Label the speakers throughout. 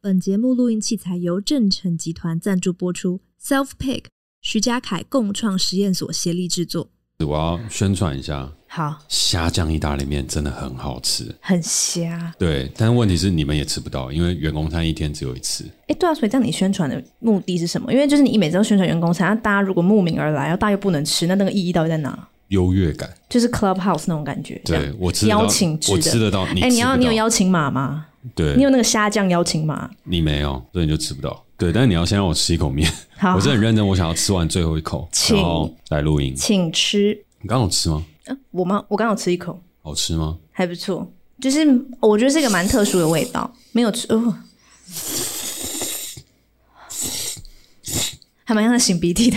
Speaker 1: 本节目录音器材由正成集团赞助播出，Self Pick 徐家凯共创实验所协力制作。
Speaker 2: 我要宣传一下，
Speaker 3: 好，
Speaker 2: 虾酱意大利面真的很好吃。
Speaker 3: 很瞎。
Speaker 2: 对，但问题是你们也吃不到，因为员工餐一天只有一次。
Speaker 3: 哎，对啊，所以这样你宣传的目的是什么？因为就是你每次都宣传员工餐，那大家如果慕名而来，然后大家又不能吃，那那个意义到底在哪？
Speaker 2: 优越感，
Speaker 3: 就是 Clubhouse 那种感觉，这
Speaker 2: 对
Speaker 3: 样
Speaker 2: 我吃得到
Speaker 3: 邀请制
Speaker 2: 我吃
Speaker 3: 的。
Speaker 2: 得到，你
Speaker 3: 哎，你
Speaker 2: 吃不
Speaker 3: 要你有
Speaker 2: 到
Speaker 3: 邀请码吗？
Speaker 2: 对，
Speaker 3: 你有那个虾酱邀请码？
Speaker 2: 你没有，所以你就吃不到。对，但是你要先让我吃一口面，
Speaker 3: 好，
Speaker 2: 我是很认真，我想要吃完最后一口，
Speaker 3: 请
Speaker 2: 然后来录音。
Speaker 3: 请吃。
Speaker 2: 你刚好吃吗？
Speaker 3: 啊我吗？我刚好吃一口，
Speaker 2: 好吃吗？
Speaker 3: 还不错，就是我觉得是一个蛮特殊的味道，没有吃，哦、还蛮像在擤鼻涕的，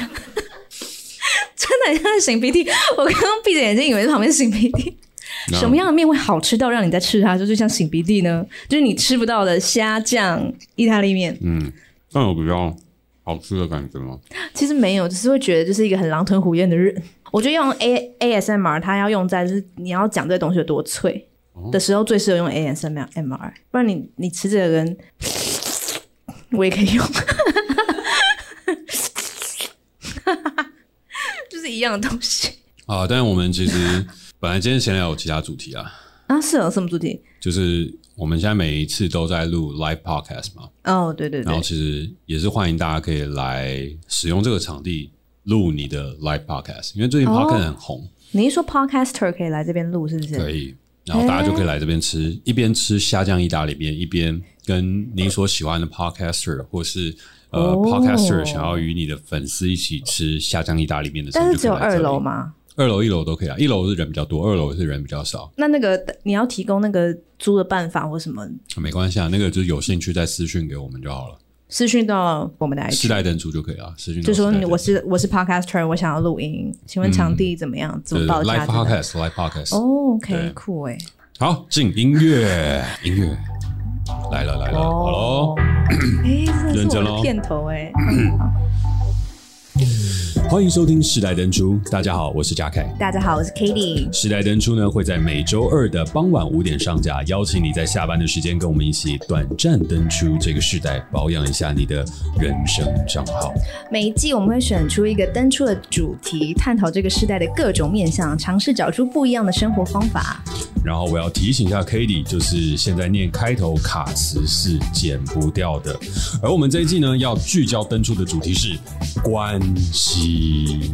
Speaker 3: 真的很像在擤鼻涕。我刚刚闭着眼睛以为旁边是擤鼻涕。
Speaker 2: 那
Speaker 3: 什么样的面会好吃到让你在吃它，就是像擤鼻涕呢？就是你吃不到的虾酱意大利面，
Speaker 2: 算有比较好吃的感觉吗？
Speaker 3: 其实没有，只是会觉得就是一个很狼吞虎咽的人。我觉得用 A A S M R，它要用在就是你要讲这个东西有多脆
Speaker 2: 哦
Speaker 3: 的时候，最适合用 A S M R，不然你你吃这个人，我也可以用， 就是一样的东西
Speaker 2: 啊，但是我们其 实本来今天闲聊有其他主题啊，
Speaker 3: 啊。是有什么主题？
Speaker 2: 就是我们现在每一次都在录 live podcast 嘛，
Speaker 3: 哦，对对
Speaker 2: 然
Speaker 3: 对
Speaker 2: 后，其实也是欢迎大家可以来使用这个场地录你的 live podcast，因为最近
Speaker 3: 哦
Speaker 2: podcast 很红，
Speaker 3: 你是说 Podcaster 可以来这边录是不
Speaker 2: 可
Speaker 3: 是？
Speaker 2: 以，然后大家就可以来这边吃，一边吃虾酱意大利面，一边跟你所喜欢的 podcaster 或是呃、
Speaker 3: 哦
Speaker 2: podcaster 想要与你的粉丝一起吃虾酱意大利面的时候，
Speaker 3: 但是
Speaker 2: 就
Speaker 3: 只有
Speaker 2: 可以来这
Speaker 3: 二
Speaker 2: 里
Speaker 3: 楼？吗？
Speaker 2: 二楼、一楼都可以啊，一楼是人比较多，二楼是人比较少，
Speaker 3: 那那个你要提供那个租的办法或什么
Speaker 2: 没关系啊，那个就是有兴趣再私讯给我们就好了，
Speaker 3: 私讯到我们的 IG
Speaker 2: 世代登出就可以了，私讯到
Speaker 3: 就说
Speaker 2: 世代
Speaker 3: 你
Speaker 2: 登
Speaker 3: 我
Speaker 2: 出
Speaker 3: 是我是 podcaster，我想要录音，请问场地怎么样？怎
Speaker 2: 嗯对
Speaker 3: 么报
Speaker 2: live
Speaker 3: 价之类的？
Speaker 2: podcast live podcast，、
Speaker 3: 哦
Speaker 2: 对
Speaker 3: ，OK，酷哎，
Speaker 2: 好，进音乐，音乐来了
Speaker 3: 哦
Speaker 2: 来了，好 喽。，
Speaker 3: 哎，这
Speaker 2: 认
Speaker 3: 是
Speaker 2: 真
Speaker 3: 我
Speaker 2: 咯
Speaker 3: 的片头哎，
Speaker 2: 欢迎收听时代登出，大家好，我是嘉凯。
Speaker 3: 大家好，我是 Katie，
Speaker 2: 时代登出呢会在每周二的傍晚五点上架，邀请你在下班的时间跟我们一起短暂登出这个时代，保养一下你的人生账号。
Speaker 3: 每一季我们会选出一个登出的主题，探讨这个时代的各种面向，尝试找出不一样的生活方法。
Speaker 2: 然后我要提醒一下 k a t i e 就是现在念开头卡词是剪不掉的。而我们这一季呢，要聚焦登出的主题是关系，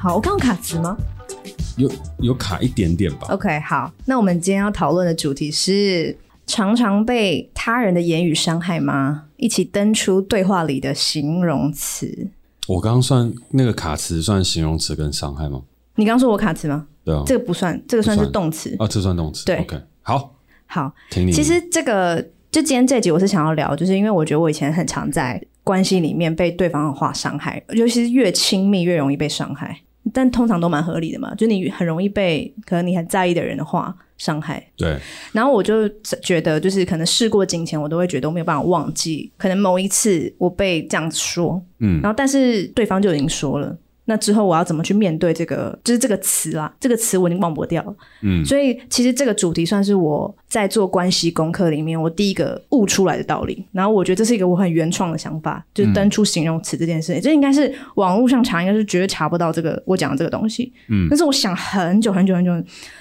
Speaker 3: 好，我刚刚卡词吗
Speaker 2: 有有卡一点点吧？
Speaker 3: ？OK，好，那我们今天要讨论的主题是常常被他人的言语伤害吗？一起登出对话里的形容词。
Speaker 2: 我刚刚算那个卡词算形容词跟伤害吗？
Speaker 3: 你刚说我卡词吗？
Speaker 2: 对啊，
Speaker 3: 这个不算，这个算是
Speaker 2: 不算
Speaker 3: 动词。
Speaker 2: 啊，这算动词。
Speaker 3: 对
Speaker 2: OK，好，
Speaker 3: 好，
Speaker 2: 听你。
Speaker 3: 其实这个就今天这集我是想要聊，就是因为我觉得我以前很常在关系里面被对方的话伤害，尤其是越亲密越容易被伤害，但通常都蛮合理的嘛，就你很容易被可能你很在意的人的话伤害。
Speaker 2: 对，
Speaker 3: 然后我就觉得，就是可能事过境迁，我都会觉得我没有办法忘记，可能某一次我被这样说，
Speaker 2: 嗯
Speaker 3: 然后但是对方就已经说了。那之后我要怎么去面对这个，就是这个词啦，这个词我已经忘不掉了。
Speaker 2: 嗯
Speaker 3: 所以其实这个主题算是我在做关系功课里面我第一个悟出来的道理。然后我觉得这是一个我很原创的想法，就是登出形容词这件事情，这应该是网络上查应该是绝对查不到这个我讲的这个东西。嗯，但是我想很久很久很久，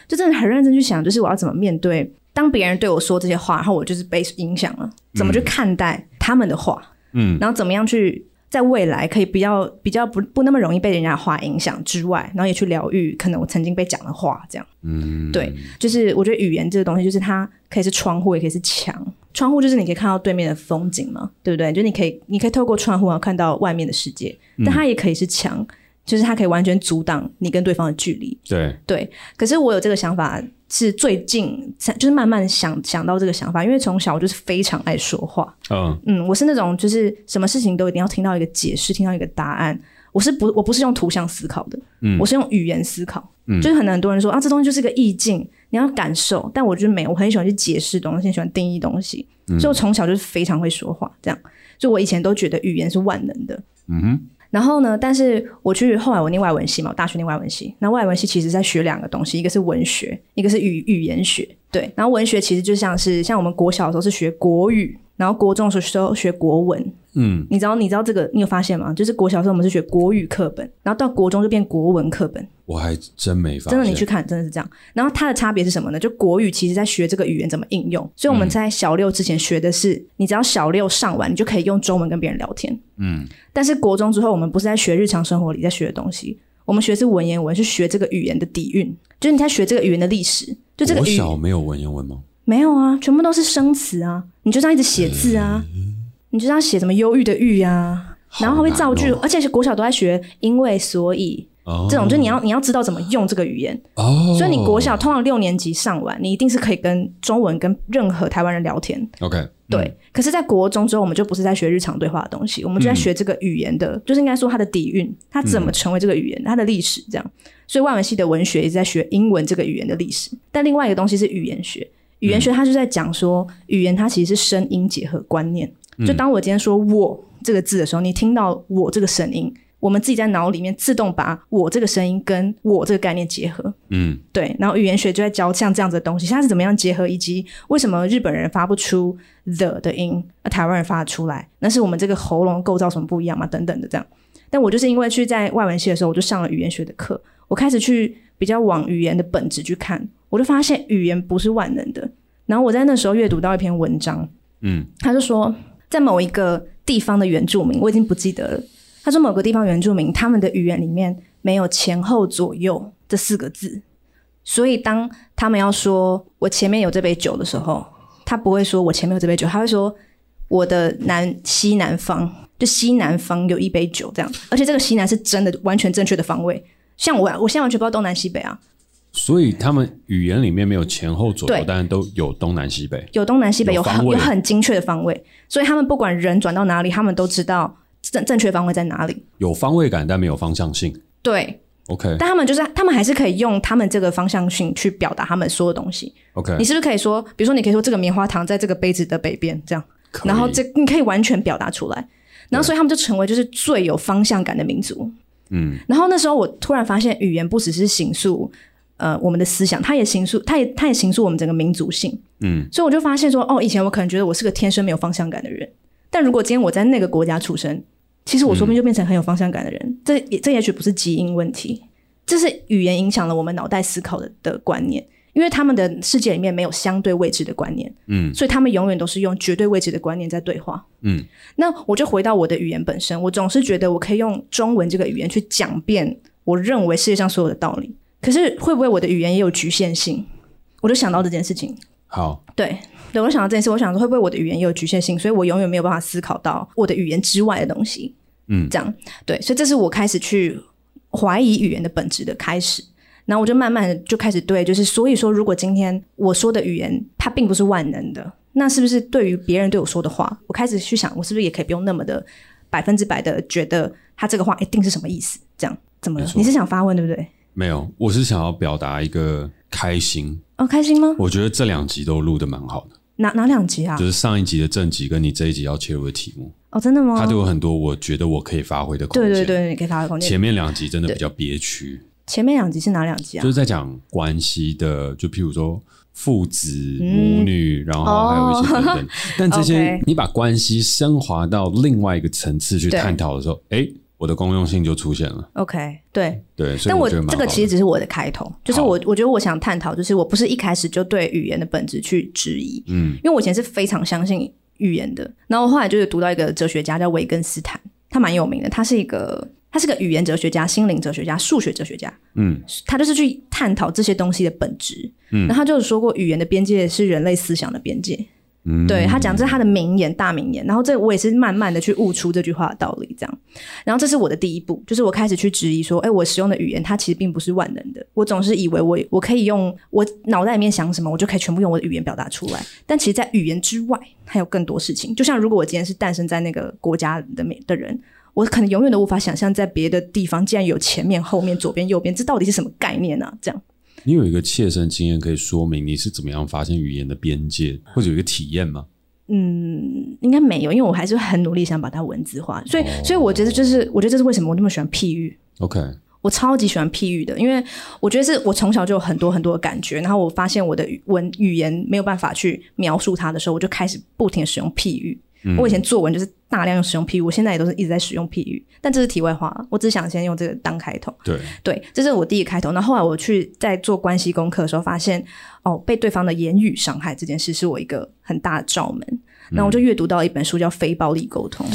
Speaker 3: 就真的很认真去想，就是我要怎么面对当别人对我说这些话，然后我就是被影响了，怎么去看待他们的话，
Speaker 2: 嗯，
Speaker 3: 然后怎么样去。在未来可以比较比较不不那么容易被人家的话影响之外，然后也去疗愈可能我曾经被讲的话，这样。
Speaker 2: 嗯，
Speaker 3: 对，就是我觉得语言这个东西，就是它可以是窗户，也可以是墙。窗户就是你可以看到对面的风景嘛，对不对？就你可以，你可以透过窗户然后看到外面的世界，但
Speaker 2: 嗯
Speaker 3: 它也可以是墙，就是它可以完全阻挡你跟对方的距离。
Speaker 2: 对，
Speaker 3: 对，可是我有这个想法是最近才，就是慢慢想想到这个想法，因为从小我就是非常爱说话，
Speaker 2: 嗯，
Speaker 3: 嗯，我是那种就是什么事情都一定要听到一个解释，听到一个答案。我是不，我不是用图像思考的，
Speaker 2: 嗯
Speaker 3: 我是用语言思考。就是很很多人说啊，这东西就是个意境，你要感受。但我就是没有，我很喜欢去解释东西，很喜欢定义东西，所以我从小就是非常会说话，这样。就我以前都觉得语言是万能的，
Speaker 2: 嗯哼，
Speaker 3: 然后呢，但是我去后来我念外文系嘛，我大学念外文系，那外文系其实在学两个东西，一个是文学，一个是语语言学。对，然后文学其实就像是像我们国小的时候是学国语，然后国中的时候学国文，
Speaker 2: 嗯，
Speaker 3: 你知道你知道这个你有发现吗？就是国小的时候我们是学国语课本，然后到国中就变国文课本。
Speaker 2: 我还真没发现。
Speaker 3: 真的，你去看，真的是这样。然后它的差别是什么呢？就国语其实在学这个语言怎么应
Speaker 2: 嗯
Speaker 3: 用，所以我们在小六之前学的是，你只要小六上完，你就可以用中文跟别人聊天。
Speaker 2: 嗯，
Speaker 3: 但是国中之后，我们不是在学日常生活里在学的东西，我们学的是文言文，是学这个语言的底蕴，就是你在学这个语言的历史，就这个
Speaker 2: 国
Speaker 3: 语
Speaker 2: 小没有文言文吗？
Speaker 3: 没有啊，全部都是生词啊，你就这样一直写字啊，你就这样写什么忧郁的郁啊，然后还会造句，
Speaker 2: 嗯好难哦
Speaker 3: 而且是国小都在学因为所以
Speaker 2: 哦
Speaker 3: 这种，就你要你要知道怎么用这个语言。
Speaker 2: 哦，
Speaker 3: 所以你国小通常六年级上完，你一定是可以跟中文跟任何台湾人聊天。
Speaker 2: OK 嗯
Speaker 3: 对，可是，在国中之后，我们就不是在学日常对话的东西，我们就在学这个语言的，就是应该说它的底蕴，它怎么成为这个语言，它的历史这样。所以外文系的文学也是在学英文这个语言的历史，但另外一个东西是语言学，语言学它就在讲说，语言它其实是声音结合观念。就当我今天说“我”这个字的时候，你听到“我”这个声音，我们自己在脑里面自动把“我”这个声音跟“我”这个概念结合。
Speaker 2: 嗯，
Speaker 3: 对，然后语言学就在教像这样子的东西，它是怎么样结合，以及为什么日本人发不出 the 的音，而台湾人发得出来，那是我们这个喉咙构造什么不一样嘛，等等的这样。但我就是因为去在外文系的时候，我就上了语言学的课，我开始去比较往语言的本质去看，我就发现语言不是万能的。然后我在那时候阅读到一篇文章，
Speaker 2: 嗯，
Speaker 3: 他就说在某一个地方的原住民，我已经不记得了，他说某个地方原住民他们的语言里面没有前后左右这四个字，所以当他们要说“我前面有这杯酒”的时候，他不会说“我前面有这杯酒”，他会说“我的南西南方”，就西南方有一杯酒这样。而且这个西南是真的完全正确的方位。像我，我现在完全不知道东南西北啊，
Speaker 2: 所以他们语言里面没有前后左右
Speaker 3: 对，
Speaker 2: 但是都有东南西北。
Speaker 3: 有东南西北，
Speaker 2: 有
Speaker 3: 有很
Speaker 2: 方位
Speaker 3: 有很精确的方位，所以他们不管人转到哪里，他们都知道正正确方位在哪里。
Speaker 2: 有方位感，但没有方向性。
Speaker 3: 对，
Speaker 2: OK
Speaker 3: 但他们就是他们还是可以用他们这个方向性去表达他们说的东西。
Speaker 2: OK，
Speaker 3: 你是不是可以说，比如说你可以说这个棉花糖在这个杯子的北边这样，
Speaker 2: 可以
Speaker 3: 然后这你可以完全表达出来，然后所以他们就成为就是最有方向感的民族。
Speaker 2: 嗯，
Speaker 3: 然后那时候我突然发现，语言不只是形塑呃我们的思想，它也形塑，它也它也形塑我们整个民族性。
Speaker 2: 嗯，
Speaker 3: 所以我就发现说，哦，以前我可能觉得我是个天生没有方向感的人，但如果今天我在那个国家出生，其实我说不定就变成很有方向感的人。这也这也许不是基因问题，这是语言影响了我们脑袋思考的的观念。因为他们的世界里面没有相对位置的观念，
Speaker 2: 嗯，
Speaker 3: 所以他们永远都是用绝对位置的观念在对话，
Speaker 2: 嗯。
Speaker 3: 那我就回到我的语言本身，我总是觉得我可以用中文这个语言去讲遍我认为世界上所有的道理。可是会不会我的语言也有局限性？我就想到这件事情，
Speaker 2: 好，
Speaker 3: 对，对我想到这件事，我想说会不会我的语言也有局限性，所以我永远没有办法思考到我的语言之外的东西。
Speaker 2: 嗯
Speaker 3: 这样对，所以这是我开始去怀疑语言的本质的开始。然后我就慢慢的就开始对，就是所以说，如果今天我说的语言它并不是万能的，那是不是对于别人对我说的话，我开始去想，我是不是也可以不用那么的百分之百的觉得他这个话一定是什么意思？这样怎么了
Speaker 2: 没？错
Speaker 3: 你是想发问对不对？
Speaker 2: 没有，我是想要表达一个开心。
Speaker 3: 哦，开心吗？
Speaker 2: 我觉得这两集都录的蛮好的，
Speaker 3: 哪哪两集啊
Speaker 2: 就？是上一集的正集跟你这一集要切入的题目，
Speaker 3: 哦，真的吗？
Speaker 2: 它都有很多我觉得我可以发挥的空
Speaker 3: 对
Speaker 2: 间。
Speaker 3: 对对，你可以发挥空间。
Speaker 2: 前面两集真的比较憋屈，
Speaker 3: 前面两集是哪两集啊
Speaker 2: 就？是在讲关系的，就譬如说父子、母女，然后还有一些等等。但这些
Speaker 3: 嗯哦 OK
Speaker 2: 你把关系升华到另外一个层次去
Speaker 3: 对
Speaker 2: 探讨的时候，哎，我的公用性就出现了。
Speaker 3: OK，对，
Speaker 2: 对，所以
Speaker 3: 但
Speaker 2: 我
Speaker 3: 我
Speaker 2: 觉得蛮
Speaker 3: 这个
Speaker 2: 好
Speaker 3: 其实
Speaker 2: 的
Speaker 3: 只是我的开头，就是
Speaker 2: 好
Speaker 3: 我我觉得我想探讨，就是我不是一开始就对语言的本质去质疑，
Speaker 2: 嗯，
Speaker 3: 因为我以前是非常相信语言的，然后我后来就是读到一个哲学家叫维根斯坦，他蛮有名的，他是一个他是个语言哲学家、心灵哲学家、数学哲学家，
Speaker 2: 嗯，
Speaker 3: 他就是去探讨这些东西的本质，嗯，然后他就是说过语言的边界是人类思想的边界，
Speaker 2: 嗯
Speaker 3: 对他讲这是他的名言大名言，然后这我也是慢慢的去悟出这句话的道理，这样。然后这是我的第一步，就是我开始去质疑说，哎，我使用的语言它其实并不是万能的。我总是以为我我可以用我脑袋里面想什么，我就可以全部用我的语言表达出来。但其实，在语言之外，还有更多事情。就像如果我今天是诞生在那个国家的美的人。我可能永远都无法想象，在别的地方竟然有前面、后面、左边、右边，这到底是什么概念呢、啊？这样，
Speaker 2: 你有一个切身经验可以说明你是怎么样发现语言的边界，或者有一个体验吗？
Speaker 3: 嗯，应该没有，因为我还是很努力想把它文字化，所以，所以我觉得就是，我觉得这是为什么我那么喜欢譬喻，
Speaker 2: OK，
Speaker 3: 我超级喜欢譬喻的，因为我觉得是我从小就有很多很多的感觉，然后我发现我的语文语言没有办法去描述它的时候，我就开始不停的使用譬喻。我以前作文就是大量使用譬喻，我现在也都是一直在使用譬喻，但这是题外话了。我只想先用这个当开头。
Speaker 2: 对，
Speaker 3: 对，这是我第一个开头。那后来我去在做关系功课的时候，发现哦，被对方的言语伤害这件事是我一个很大的罩门。那我就阅读到一本书叫《非暴力沟通》，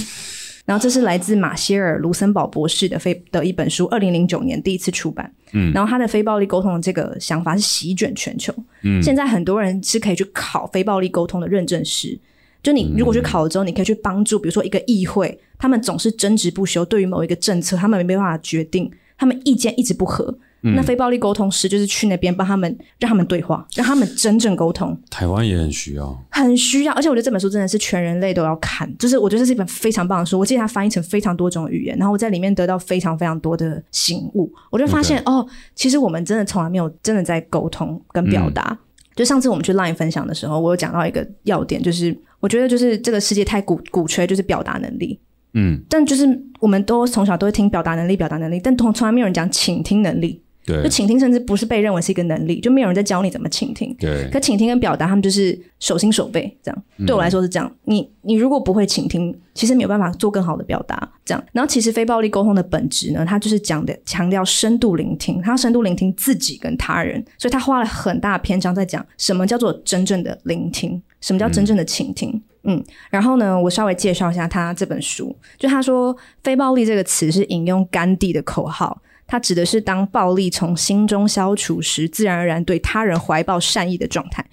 Speaker 3: 然后这是来自马歇尔·卢森堡博士的非的一本书，二零零九年第一次出版。嗯，然后他的非暴力沟通的这个想法是席卷全球。嗯，现在很多人是可以去考非暴力沟通的认证师。就你如果去考了之后，你可以去帮助，比如说一个议会，他们总是争执不休，对于某一个政策，他们没办法决定，他们意见一直不合。那非暴力沟通师就是去那边帮他们，让他们对话，让他们真正沟通。
Speaker 2: 台湾也很需要。
Speaker 3: 很需要，而且我觉得这本书真的是全人类都要看，就是我觉得这是一本非常棒的书。我记得它翻译成非常多种语言，然后我在里面得到非常非常多的醒悟。我就发现哦，其实我们真的从来没有真的在沟通跟表达。
Speaker 2: 嗯
Speaker 3: 就上次我们去 Line 分享的时候，我有讲到一个要点，就是我觉得就是这个世界太鼓鼓吹就是表达能力，
Speaker 2: 嗯，
Speaker 3: 但就是我们都从小都会听表达能力、表达能力，但从从来没有人讲倾听能力。就
Speaker 2: 对
Speaker 3: 倾听甚至不是被认为是一个能力，就没有人在教你怎么倾听。
Speaker 2: 对
Speaker 3: 可倾听跟表达，他们就是手心手背这样。对我来说是这样。你你如果不会倾听，其实没有办法做更好的表达。这样，然后其实非暴力沟通的本质呢，它就是讲的强调深度聆听，他深度聆听自己跟他人，所以他花了很大的篇章在讲什么叫做真正的聆听，什么叫真正的倾听。嗯，然后呢，我稍微介绍一下他这本书。就他说，非暴力这个词是引用甘地的口号，它指的是当暴力从心中消除时，自然而然对他人怀抱善意的状态。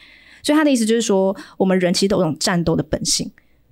Speaker 3: 所以他的意思就是说，我们人其实都有种战斗的本性，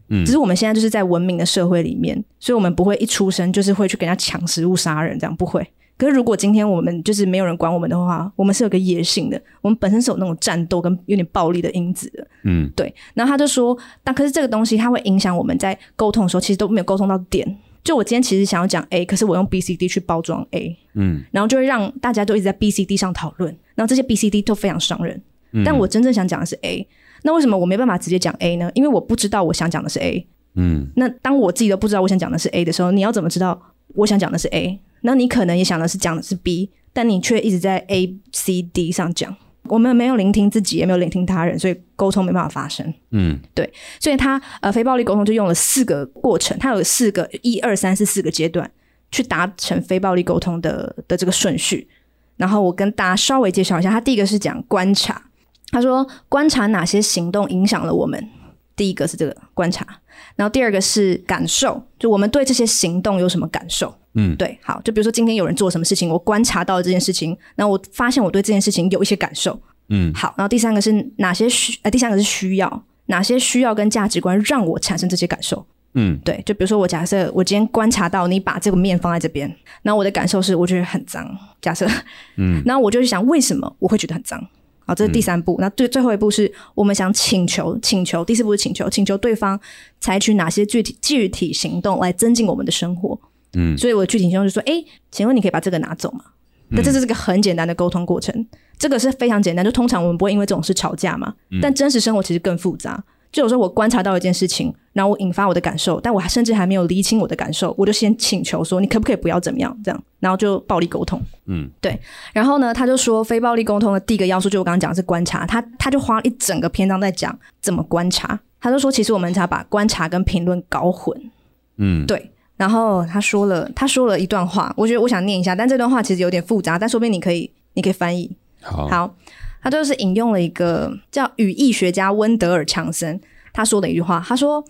Speaker 2: 嗯
Speaker 3: 只是我们现在就是在文明的社会里面，所以我们不会一出生就是会去给人家抢食物、杀人，这样不会。可是如果今天我们就是没有人管我们的话，我们是有个野性的，我们本身是有那种战斗跟有点暴力的因子的。
Speaker 2: 嗯，
Speaker 3: 对。然后他就说，但可是这个东西它会影响我们在沟通的时候，其实都没有沟通到点。就我今天其实想要讲 A，可是我用 B、C、D 去包装 A，
Speaker 2: 嗯，
Speaker 3: 然后就会让大家都一直在 B、C、D 上讨论，然后这些 B、C、D 都非常伤人。
Speaker 2: 嗯
Speaker 3: 但我真正想讲的是 A，那为什么我没办法直接讲 A 呢？因为我不知道我想讲的是 A。
Speaker 2: 嗯，
Speaker 3: 那当我自己都不知道我想讲的是 A 的时候，你要怎么知道我想讲的是 A？那你可能也想的是讲的是 B，但你却一直在 A、C、D 上讲。我们没有聆听自己，也没有聆听他人，所以沟通没办法发生。
Speaker 2: 嗯，
Speaker 3: 对，所以他呃非暴力沟通就用了四个过程，它有四个一二三四四个阶段去达成非暴力沟通的的这个顺序。然后我跟大家稍微介绍一下，他第一个是讲观察，他说观察哪些行动影响了我们。第一个是这个观察，然后第二个是感受，就我们对这些行动有什么感受？
Speaker 2: 嗯
Speaker 3: 对，好，就比如说今天有人做什么事情，我观察到了这件事情，然后我发现我对这件事情有一些感受，
Speaker 2: 嗯，
Speaker 3: 好，然后第三个是哪些需呃，第三个是需要，哪些需要跟价值观让我产生这些感受？
Speaker 2: 嗯，
Speaker 3: 对，就比如说我假设我今天观察到你把这个面放在这边，然后我的感受是我觉得很脏，假设， 嗯，然后我就去想为什么我会觉得很脏。好，这是第三步。那最最后一步是我们想请求，请求第四步是请求，请求对方采取哪些具体具体行动来增进我们的生活。嗯，所以我的具体行动就说，哎、请问你可以把这个拿走吗？那这就是个很简单的沟通过程，这个是非常简单。就通常我们不会因为这种事吵架嘛，但真实生活其实更复杂。就有时候我观察到一件事情，然后我引发我的感受，但我还甚至还没有厘清我的感受，我就先请求说你可不可以不要怎么样这样，然后就暴力沟通。
Speaker 2: 嗯，
Speaker 3: 对。然后呢，他就说非暴力沟通的第一个要素，就我刚刚讲的是观察，他他就花了一整个篇章在讲怎么观察。他就说，其实我们常把观察跟评论搞混。
Speaker 2: 嗯，
Speaker 3: 对。然后他说了，他说了一段话，我觉得我想念一下，但这段话其实有点复杂，但说不定你可以，你可以翻译。
Speaker 2: 好，
Speaker 3: 好，他就是引用了一个叫语义学家温德尔·强森他说的一句话，他说：“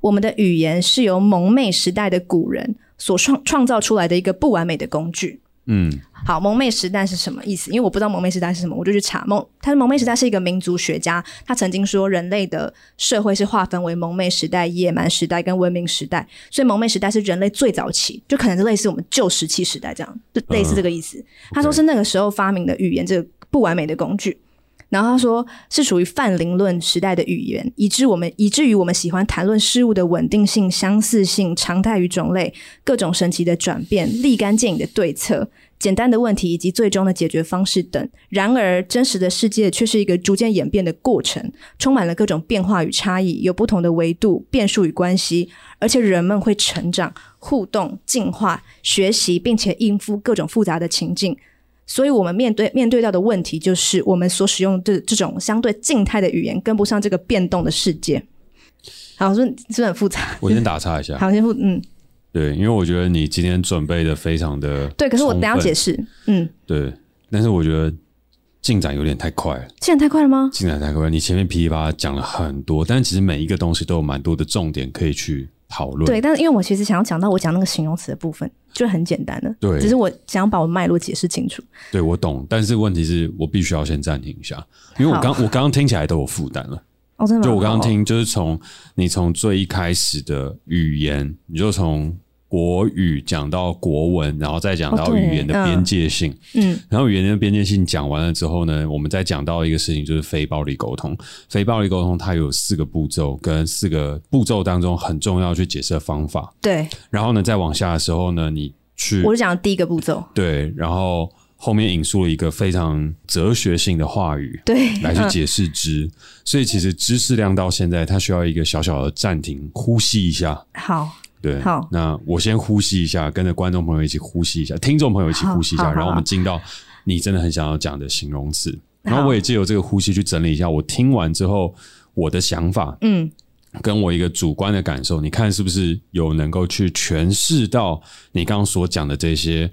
Speaker 3: 我们的语言是由蒙昧时代的古人所创创造出来的一个不完美的工具。”
Speaker 2: 嗯，
Speaker 3: 好，蒙昧时代是什么意思？因为我不知道蒙昧时代是什么，我就去查蒙。他是蒙昧时代是一个民族学家，他曾经说人类的社会是划分为蒙昧时代、野蛮时代跟文明时代，所以蒙昧时代是人类最早期，就可能是类似我们旧石器
Speaker 2: 嗯
Speaker 3: 时代这样，就类似这个意思。他说是那个时候发明的语言这个不完美的工具。然后他说是属于泛灵论时代的语言，以致我们以至于我们喜欢谈论事物的稳定性、相似性、常态与种类、各种神奇的转变、立竿见影的对策、简单的问题以及最终的解决方式等。然而，真实的世界却是一个逐渐演变的过程，充满了各种变化与差异，有不同的维度、变数与关系，而且人们会成长、互动、进化、学习，并且应付各种复杂的情境。所以我们面对面对到的问题就是，我们所使用的这种相对静态的语言跟不上这个变动的世界。好，是不是是不是很复杂？
Speaker 2: 我先打岔一下，
Speaker 3: 好，先复嗯，
Speaker 2: 对，因为我觉得你今天准备的非常的
Speaker 3: 对，可是我等一下要解
Speaker 2: 释，
Speaker 3: 释，嗯，
Speaker 2: 对，但是我觉得进展有点太快了。
Speaker 3: 进展太快了吗？
Speaker 2: 进来太快，你前面噼里啪啦讲了很多，但其实每一个东西都有蛮多的重点可以去讨论。
Speaker 3: 对，但是因为我其实想要讲到我讲那个形容词的部分，就很简单的，
Speaker 2: 对
Speaker 3: 只是我想要把我脉络解释清楚。
Speaker 2: 对我懂，但是问题是我必须要先暂停一下，因为我刚我刚刚听起来都有负担了。
Speaker 3: 哦，真的吗？
Speaker 2: 就我刚刚
Speaker 3: 哦，
Speaker 2: 听，就是从你从最一开始的语言，你就从国语讲到国文，然后再讲
Speaker 3: 哦
Speaker 2: 到
Speaker 3: 对
Speaker 2: 语言的边
Speaker 3: 嗯
Speaker 2: 界性。
Speaker 3: 嗯，
Speaker 2: 然后语言的边界性讲完了之后呢，我们再讲到一个事情，就是非暴力沟通。非暴力沟通它有四个步骤，跟四个步骤当中很重要去解释的方法。
Speaker 3: 对，
Speaker 2: 然后呢，再往下的时候呢，你去
Speaker 3: 我就讲第一个步骤，
Speaker 2: 对，然后后面引述了一个非常哲学性的话语。
Speaker 3: 对，
Speaker 2: 来去
Speaker 3: 嗯
Speaker 2: 解释知，所以其实知识量到现在，它需要一个小小的暂停，呼吸一下。
Speaker 3: 嗯好，
Speaker 2: 对，
Speaker 3: 好
Speaker 2: 那我先呼吸一下，跟着观众朋友一起呼吸一下，听众朋友一起呼吸一
Speaker 3: 好
Speaker 2: 下，
Speaker 3: 好
Speaker 2: 然后我
Speaker 3: 好
Speaker 2: 们进到你真的很想要讲的形容词。
Speaker 3: 好
Speaker 2: 然后我也借由这个呼吸去整理一下，我听完之后我的想法
Speaker 3: 嗯，
Speaker 2: 跟我一个主观的感受，你看是不是有能够去诠释到你刚刚所讲的这些？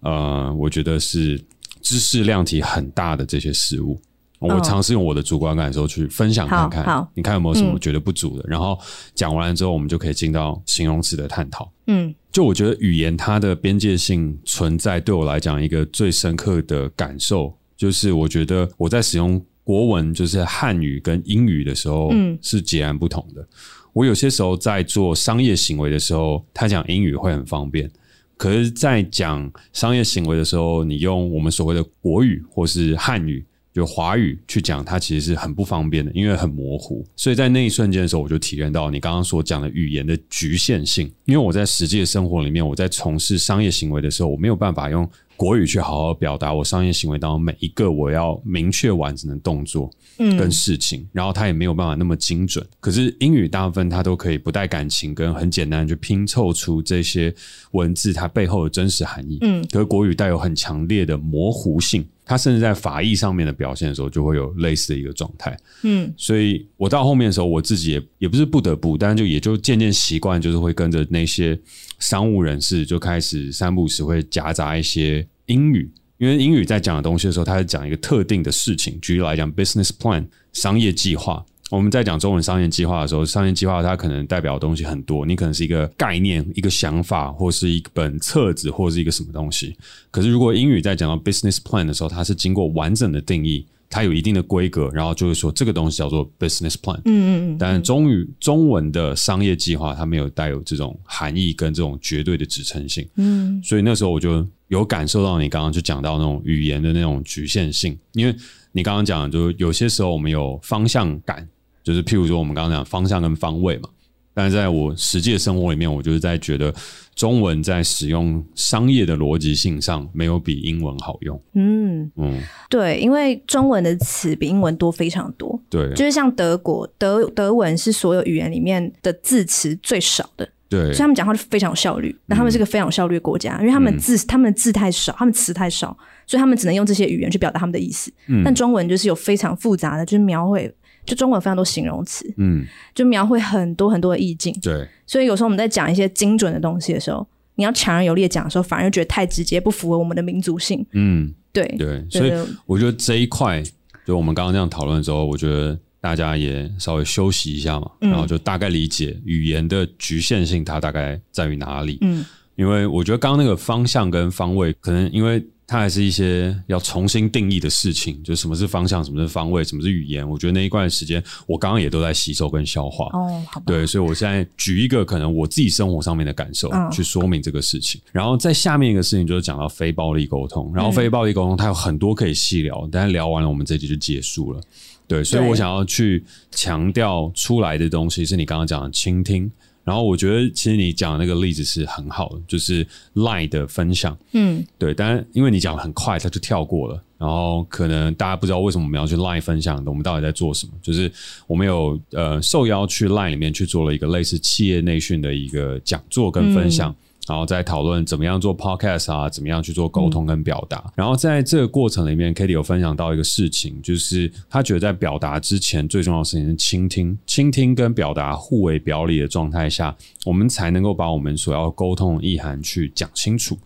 Speaker 2: 呃，我觉得是知识量体很大的这些事物。我
Speaker 3: 嗯
Speaker 2: 尝试用我的主观感受去分享看看，
Speaker 3: 好好
Speaker 2: 你看有没有什么
Speaker 3: 嗯
Speaker 2: 觉得不足的？然后讲完了之后，我们就可以进到形容词的探讨。
Speaker 3: 嗯，
Speaker 2: 就我觉得语言它的边界性存在，对我来讲一个最深刻的感受，就是我觉得我在使用国文，就是汉语跟英语的时候，
Speaker 3: 嗯
Speaker 2: 是截然不同的。我有些时候在做商业行为的时候，他讲英语会很方便，可是，在讲商业行为的时候，你用我们所谓的国语或是汉语。就华语去讲，它其实是很不方便的，因为很模糊。所以在那一瞬间的时候，我就体验到你刚刚所讲的语言的局限性。因为我在实际的生活里面，我在从事商业行为的时候，我没有办法用国语去好好表达我商业行为当中每一个我要明确完整的动作。跟事情，然后他也没有办法那么精准。可是英语大部分他都可以不带感情，跟很简单地去拼凑出这些文字它背后的真实含义。
Speaker 3: 嗯，
Speaker 2: 可是国语带有很强烈的模糊性，它甚至在法义上面的表现的时候，就会有类似的一个状态。
Speaker 3: 嗯，
Speaker 2: 所以我到后面的时候，我自己也也不是不得不，但就也就渐渐习惯，就是会跟着那些商务人士就开始三不五时会夹杂一些英语，因为英语在讲的东西的时候，它是讲一个特定的事情。举例来讲，business plan 商业计划。我们在讲中文商业计划的时候，商业计划它可能代表的东西很多，你可能是一个概念、一个想法，或是一本册子，或是一个什么东西。可是如果英语在讲到 business plan 的时候，它是经过完整的定义，它有一定的规格，然后就会说这个东西叫做 business plan。
Speaker 3: 嗯嗯嗯，
Speaker 2: 但中语中文的商业计划，它没有带有这种含义跟这种绝对的指称性，
Speaker 3: 嗯，
Speaker 2: 所以那时候我就有感受到你刚刚就讲到那种语言的那种局限性，因为你刚刚讲的就是有些时候我们有方向感，就是譬如说我们刚刚讲方向跟方位嘛，但是在我实际的生活里面，我就是在觉得中文在使用商业的逻辑性上没有比英文好用，
Speaker 3: 嗯，
Speaker 2: 嗯，
Speaker 3: 对，因为中文的词比英文多非常多，
Speaker 2: 对
Speaker 3: 就是像德国德德文是所有语言里面的字词最少的，
Speaker 2: 对嗯
Speaker 3: 所以他们讲话就非常有效率。那他们是个非常有效率的国家，因为他们字、他们的字太少，他们词太少，所以他们只能用这些语言去表达他们的意思。
Speaker 2: 嗯
Speaker 3: 但中文就是有非常复杂的，就是描绘，就中文有非常多形容词，
Speaker 2: 嗯
Speaker 3: 就描绘很多很多的意境。
Speaker 2: 对
Speaker 3: 所以有时候我们在讲一些精准的东西的时候，你要强而有力的讲的时候，反而又觉得太直接，不符合我们的民族性。
Speaker 2: 嗯
Speaker 3: 对，
Speaker 2: 对，
Speaker 3: 对
Speaker 2: 所以
Speaker 3: 对
Speaker 2: 我觉得这一块，就我们刚刚这样讨论的时候，我觉得大家也稍微休息一下嘛，
Speaker 3: 嗯
Speaker 2: 然后就大概理解语言的局限性，它大概在于哪里。
Speaker 3: 嗯
Speaker 2: 因为我觉得刚刚那个方向跟方位，可能因为它还是一些要重新定义的事情，就是什么是方向，什么是方位，什么是语言。我觉得那一段时间，我刚刚也都在吸收跟消化。
Speaker 3: 哦，好吧，
Speaker 2: 对，所以我现在举一个可能我自己生活上面的感受、
Speaker 3: 嗯
Speaker 2: 去说明这个事情，然后在下面一个事情就是讲到非暴力沟通，然后
Speaker 3: 嗯
Speaker 2: 非暴力沟通它有很多可以细聊，但是聊完了我们这集就结束了。对，所以
Speaker 3: 对
Speaker 2: 我想要去强调出来的东西是你刚刚讲的倾听，然后我觉得其实你讲的那个例子是很好的，就是 Line 的分享，
Speaker 3: 嗯，
Speaker 2: 对，但是因为你讲得很快，他就跳过了，然后可能大家不知道为什么我们要去 Line 分享的，我们到底在做什么？就是我们有呃受邀去 Line 里面去做了一个类似企业内训的一个讲座跟分享。然后再讨论怎么样做 podcast 啊，怎么样去做沟通跟表达。然后在这个过程里面 k a t i e 有分享到一个事情，就是他觉得在表达之前最重要的事情是倾听，倾听跟表达互为表里的状态下，我们才能够把我们所要沟通的意涵去讲清楚。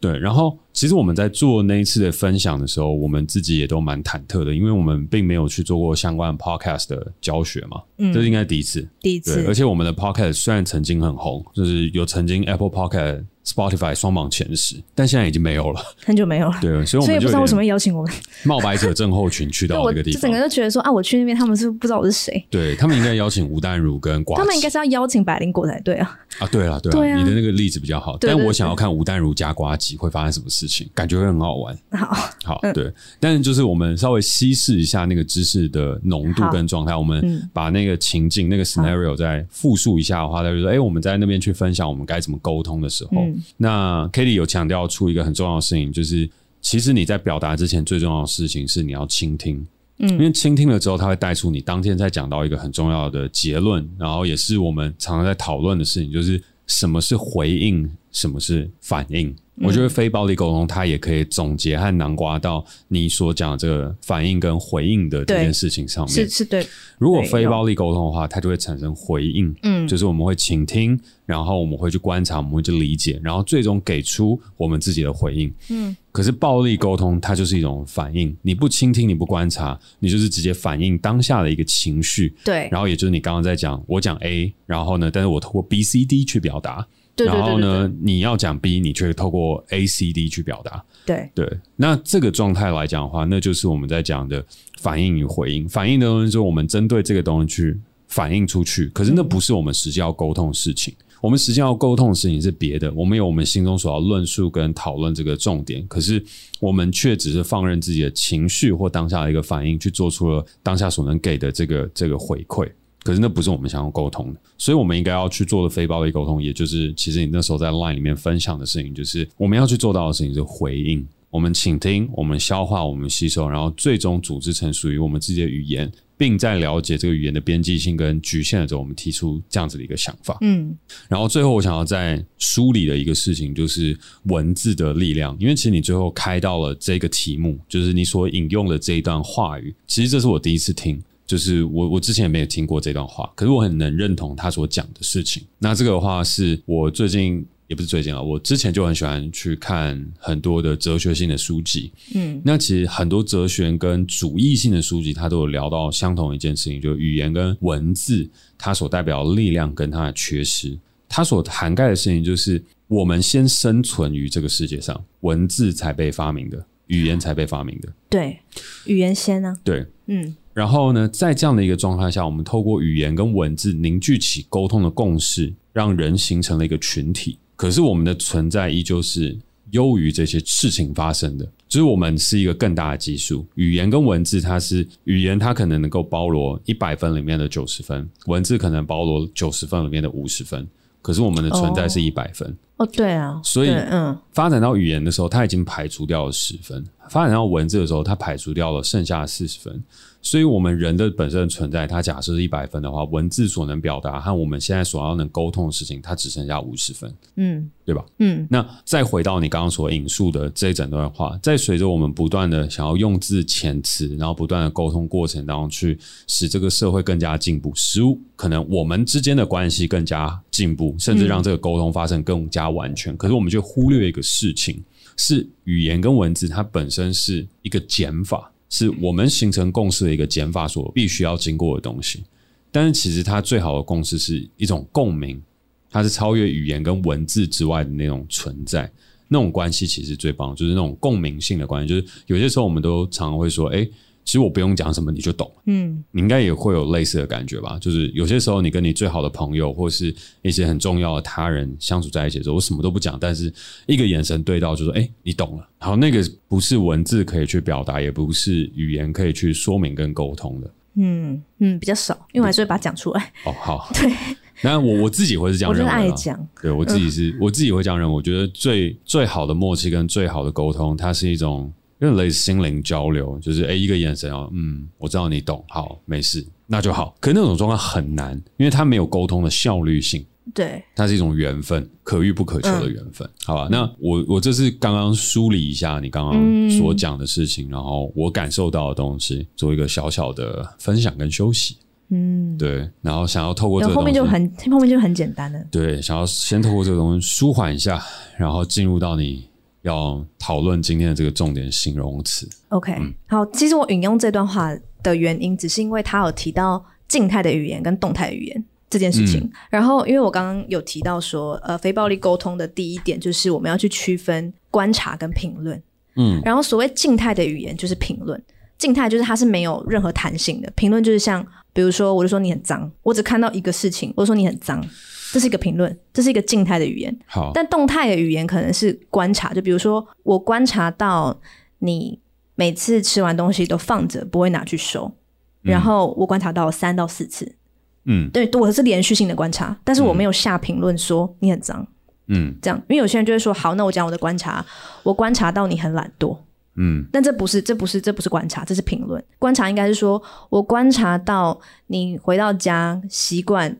Speaker 2: 对，然后其实我们在做那一次的分享的时候，我们自己也都蛮忐忑的，因为我们并没有去做过相关的 podcast 的教学嘛，
Speaker 3: 嗯
Speaker 2: 这是应该第一次。
Speaker 3: 第一
Speaker 2: 对，而
Speaker 3: 次，
Speaker 2: 且我们的 podcast 虽然曾经很红，就是有曾经 Apple Podcast、Spotify 双榜前十，但现在已经没有了。
Speaker 3: 很久没有了。
Speaker 2: 对，所以我
Speaker 3: 所以
Speaker 2: 们
Speaker 3: 不
Speaker 2: 就
Speaker 3: 知道
Speaker 2: 有
Speaker 3: 为什么会
Speaker 2: 点
Speaker 3: 邀请 我们，
Speaker 2: 冒白者症候群去到
Speaker 3: 我
Speaker 2: 那个地
Speaker 3: 就整个
Speaker 2: 方。
Speaker 3: 就觉得说啊，我去那边他们是不知道我是谁，
Speaker 2: 对他们应该邀请吴淡如跟瓜子，
Speaker 3: 他们应该是要邀请百灵果才对啊。
Speaker 2: 啊，对了对
Speaker 3: 对
Speaker 2: 了，
Speaker 3: 啊
Speaker 2: 你的那个例子比较好，
Speaker 3: 对
Speaker 2: 但
Speaker 3: 对
Speaker 2: 我
Speaker 3: 对
Speaker 2: 想要看吴淡如加瓜子会发生什么事情，感觉会很好玩。
Speaker 3: 好，
Speaker 2: 好，对，但是就是我们稍微稀释一下那个知识的浓度
Speaker 3: 好
Speaker 2: 跟状态，我们
Speaker 3: 嗯
Speaker 2: 把那个情境、那个 scenario 再复述一下的话，他就说：“哎、我们在那边去分享我们该怎么沟通的时候，
Speaker 3: 嗯
Speaker 2: 那 k a t i e 有强调出一个很重要的事情，就是其实你在表达之前，最重要的事情是你要倾听。”
Speaker 3: 嗯
Speaker 2: 因为倾听了之后，它会带出你当天在讲到一个很重要的结论，然后也是我们常常在讨论的事情，就是什么是回应，什么是反应。我
Speaker 3: 嗯
Speaker 2: 觉得非暴力沟通，它也可以总结和囊括到你所讲的这个反应跟回应的这件
Speaker 3: 对
Speaker 2: 事情上面
Speaker 3: 是。是对，
Speaker 2: 如果
Speaker 3: 对
Speaker 2: 非
Speaker 3: 有
Speaker 2: 暴力沟通的话，它就会产生回应，
Speaker 3: 嗯
Speaker 2: 就是我们会倾听，然后我们会去观察，我们会去理解，然后最终给出我们自己的回应。
Speaker 3: 嗯，
Speaker 2: 可是暴力沟通它就是一种反应，你不倾听，你不观察，你就是直接反映当下的一个情绪，
Speaker 3: 对，
Speaker 2: 然后也就是你刚刚在讲，我讲 A，然后呢，但是我透过 B、C、D 去表达，
Speaker 3: 对对
Speaker 2: 然后
Speaker 3: 对对
Speaker 2: 呢，你要讲 B，你却透过 A、C、D 去表达，
Speaker 3: 对，
Speaker 2: 对，那这个状态来讲的话，那就是我们在讲的反应与回应。反应的东西就是我们针对这个东西去反映出去，可是那不是我们实际要沟通的事情。我们实际要沟通的事情是别的，我们有我们心中所要论述跟讨论这个重点，可是我们却只是放任自己的情绪或当下的一个反应去做出了当下所能给的这个这个回馈。可是那不是我们想要沟通的，所以我们应该要去做的非暴力沟通，也就是其实你那时候在 LINE 里面分享的事情，就是我们要去做到的事情是回应，我们倾听，我们消化，我们吸收，然后最终组织成属于我们自己的语言，并在了解这个语言的边际性跟局限的时候，我们提出这样子的一个想法。
Speaker 3: 嗯，
Speaker 2: 然后最后我想要再梳理的一个事情就是文字的力量，因为其实你最后开到了这个题目，就是你所引用的这一段话语，其实这是我第一次听。就是我，我之前也没有听过这段话，可是我很能认同他所讲的事情。那这个的话是我最近也不是最近啊，我之前就很喜欢去看很多的哲学性的书籍。
Speaker 3: 嗯，
Speaker 2: 那其实很多哲学跟主义性的书籍，它都有聊到相同一件事情，就是语言跟文字它所代表的力量跟它的缺失。它所涵盖的事情就是，我们先生存于这个世界上，文字才被发明的，语言才被发明的。
Speaker 3: 对，语言先呢，
Speaker 2: 对，
Speaker 3: 嗯，
Speaker 2: 然后呢，在这样的一个状态下，我们透过语言跟文字凝聚起沟通的共识，让人形成了一个群体。可是我们的存在依旧是优于这些事情发生的，就是我们是一个更大的基数。语言跟文字，它是语言，它可能能够包罗一百分里面的九十分，文字可能包罗九十分里面的五十分。可是我们的存在是一百分，
Speaker 3: 哦，对啊，
Speaker 2: 所以
Speaker 3: 对嗯，
Speaker 2: 发展到语言的时候，它已经排除掉了十分；发展到文字的时候，它排除掉了剩下四十分。所以，我们人的本身的存在，它假设是一百分的话，文字所能表达和我们现在所要能沟通的事情，它只剩下五十分，
Speaker 3: 嗯
Speaker 2: 对吧？
Speaker 3: 嗯，
Speaker 2: 那再回到你刚刚所引述的这一整段话，在随着我们不断的想要用字遣词，然后不断的沟通过程当中，去使这个社会更加进步，使可能我们之间的关系更加进步，甚至让这个沟通发生更加完全。可是我们却忽略一个事情，是语言跟文字它本身是一个减法，是我们形成共识的一个减法所必须要经过的东西。但是其实它最好的共识是一种共鸣，它是超越语言跟文字之外的那种存在。那种关系其实最棒，就是那种共鸣性的关系。就是有些时候我们都常常会说，哎、其实我不用讲什么你就懂，
Speaker 3: 嗯，
Speaker 2: 你应该也会有类似的感觉吧？就是有些时候你跟你最好的朋友或是一些很重要的他人相处在一起的时候，我什么都不讲，但是一个眼神对到就说，哎、你懂了。然后那个不是文字可以去表达，也不是语言可以去说明跟沟通的。
Speaker 3: 嗯嗯，比较少，因为我还是会把它讲出来。
Speaker 2: 哦，好，对。那我我自己会是这样
Speaker 3: 我
Speaker 2: 认
Speaker 3: 真
Speaker 2: 为
Speaker 3: 的
Speaker 2: 啦，
Speaker 3: 爱讲，
Speaker 2: 对我自己是，
Speaker 3: 嗯
Speaker 2: 我自己会这样认为。我觉得最最好的默契跟最好的沟通，它是一种有点类似心灵交流，就是诶一个眼神哦，嗯，我知道你懂，好，没事，那就好。可是那种状况很难，因为它没有沟通的效率性。
Speaker 3: 对，
Speaker 2: 它是一种缘分，可遇不可求
Speaker 3: 嗯
Speaker 2: 的缘分，好吧？那我我这是刚刚梳理一下你刚
Speaker 3: 嗯
Speaker 2: 刚所讲的事情，然后我感受到的东西，做一个小小的分享跟休息，
Speaker 3: 嗯，
Speaker 2: 对，然后想要透过这
Speaker 3: 然
Speaker 2: 个
Speaker 3: 后后
Speaker 2: 东
Speaker 3: 面
Speaker 2: 西
Speaker 3: 就很后面就很简单了。
Speaker 2: 对，想要先透过这个东西舒缓一下，然后进入到你要讨论今天的这个重点形容词。
Speaker 3: OK，、好，其实我引用这段话的原因，只是因为他有提到静态的语言跟动态的语言这件事情。然后，因为我刚刚有提到说，呃，非暴力沟通的第一点就是我们要去区分观察跟评论。
Speaker 2: 嗯，
Speaker 3: 然后所谓静态的语言就是评论，静态就是它是没有任何弹性的，评论就是像，比如说我就说你很脏，我只看到一个事情，我就说你很脏，这是一个评论，这是一个静态的语言。
Speaker 2: 好，
Speaker 3: 但动态的语言可能是观察，就比如说我观察到你每次吃完东西都放着，不会拿去收，然后我观察到三到四次，
Speaker 2: 嗯
Speaker 3: 对我是连续性的观察，但是我没有下评论说你很脏
Speaker 2: 嗯
Speaker 3: 这样，因为有些人就会说好，那我讲我的观察，我观察到你很懒惰，
Speaker 2: 嗯
Speaker 3: 但这不是，这不是，这不是观察，这是评论。观察应该是说，我观察到你回到家习惯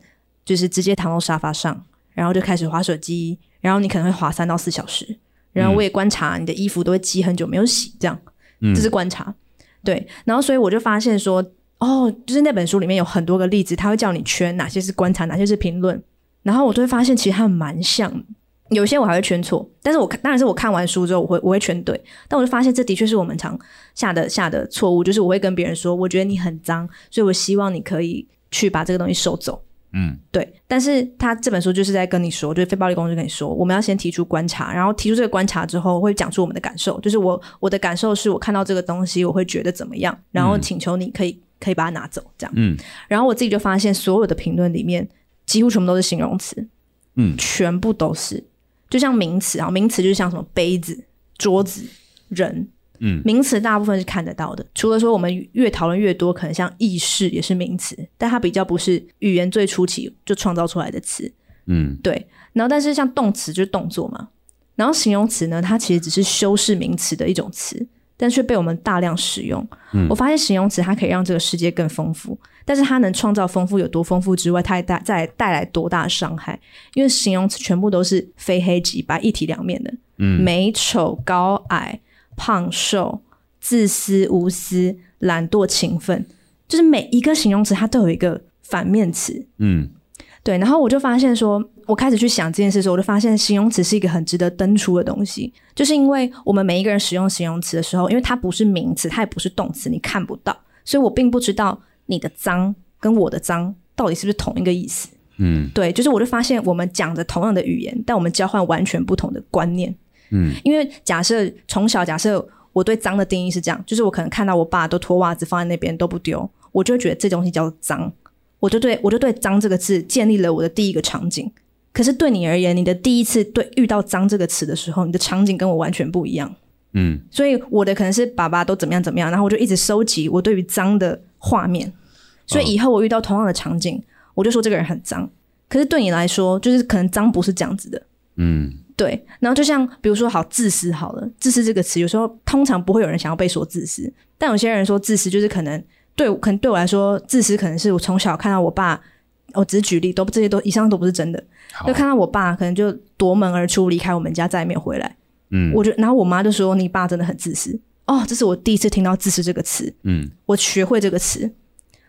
Speaker 3: 就是直接躺到沙发上，然后就开始划手机，然后你可能会划三到四小时。然后我也观察你的衣服都会积很久没有洗，这样，
Speaker 2: 嗯
Speaker 3: 这是观察。对，然后所以我就发现说，哦，就是那本书里面有很多个例子，他会叫你圈哪些是观察，哪些是评论，然后我就会发现其实他们蛮像的。有些我还会圈错，但是我看当然是我看完书之后，我会我会圈对，但我就发现这的确是我们常下的下的错误，就是我会跟别人说，我觉得你很脏，所以我希望你可以去把这个东西收走。
Speaker 2: 嗯
Speaker 3: 对，但是他这本书就是在跟你说，就是非暴力沟通就跟你说，我们要先提出观察，然后提出这个观察之后，会讲出我们的感受，就是我我的感受是我看到这个东西，我会觉得怎么样，然后请求你可以可以把它拿走，这样。
Speaker 2: 嗯
Speaker 3: 然后我自己就发现，所有的评论里面几乎全部都是形容词，
Speaker 2: 嗯
Speaker 3: 全部都是，就像名词啊，名词就是像什么杯子、桌子、人，
Speaker 2: 嗯
Speaker 3: 名词大部分是看得到的。除了说我们越讨论越多，可能像意识也是名词，但它比较不是语言最初期就创造出来的词，
Speaker 2: 嗯
Speaker 3: 对。然后但是像动词就是动作嘛，然后形容词呢，它其实只是修饰名词的一种词。但却被我们大量使用。
Speaker 2: 嗯
Speaker 3: 我发现形容词它可以让这个世界更丰富，但是它能创造丰富有多丰富之外，它还带再带来多大的伤害？因为形容词全部都是非黑即白、一体两面的，
Speaker 2: 嗯
Speaker 3: 美丑、高矮、胖瘦、自私、无私、懒惰、勤奋，就是每一个形容词它都有一个反面词。
Speaker 2: 嗯
Speaker 3: 对，然后我就发现说，我开始去想这件事的时候，我就发现形容词是一个很值得登出的东西，就是因为我们每一个人使用形容词的时候，因为它不是名词，它也不是动词，你看不到，所以我并不知道你的脏跟我的脏到底是不是同一个意思。
Speaker 2: 嗯
Speaker 3: 对，就是我就发现我们讲着同样的语言，但我们交换完全不同的观念。
Speaker 2: 嗯，
Speaker 3: 因为假设从小假设我对脏的定义是这样，就是我可能看到我爸都脱袜子放在那边都不丢，我就会觉得这东西叫脏，我就对我就对脏这个字建立了我的第一个场景。可是对你而言，你的第一次对遇到“脏”这个词的时候，你的场景跟我完全不一样。
Speaker 2: 嗯，
Speaker 3: 所以我的可能是爸爸都怎么样怎么样，然后我就一直收集我对于脏的画面，所
Speaker 2: 哦
Speaker 3: 以以后我遇到同样的场景，我就说这个人很脏。可是对你来说，就是可能脏不是这样子的，
Speaker 2: 嗯
Speaker 3: 对。然后就像比如说好自私好了，自私这个词有时候通常不会有人想要被说自私，但有些人说自私就是可能对我，可能对我来说，自私可能是我从小看到我爸，我只是举例，都这些都以上都不是真的，
Speaker 2: 好
Speaker 3: 就看到我爸可能就夺门而出，离开我们家，再也没有回来。
Speaker 2: 嗯
Speaker 3: 我就然后我妈就说你爸真的很自私哦，这是我第一次听到自私这个词，
Speaker 2: 嗯
Speaker 3: 我学会这个词。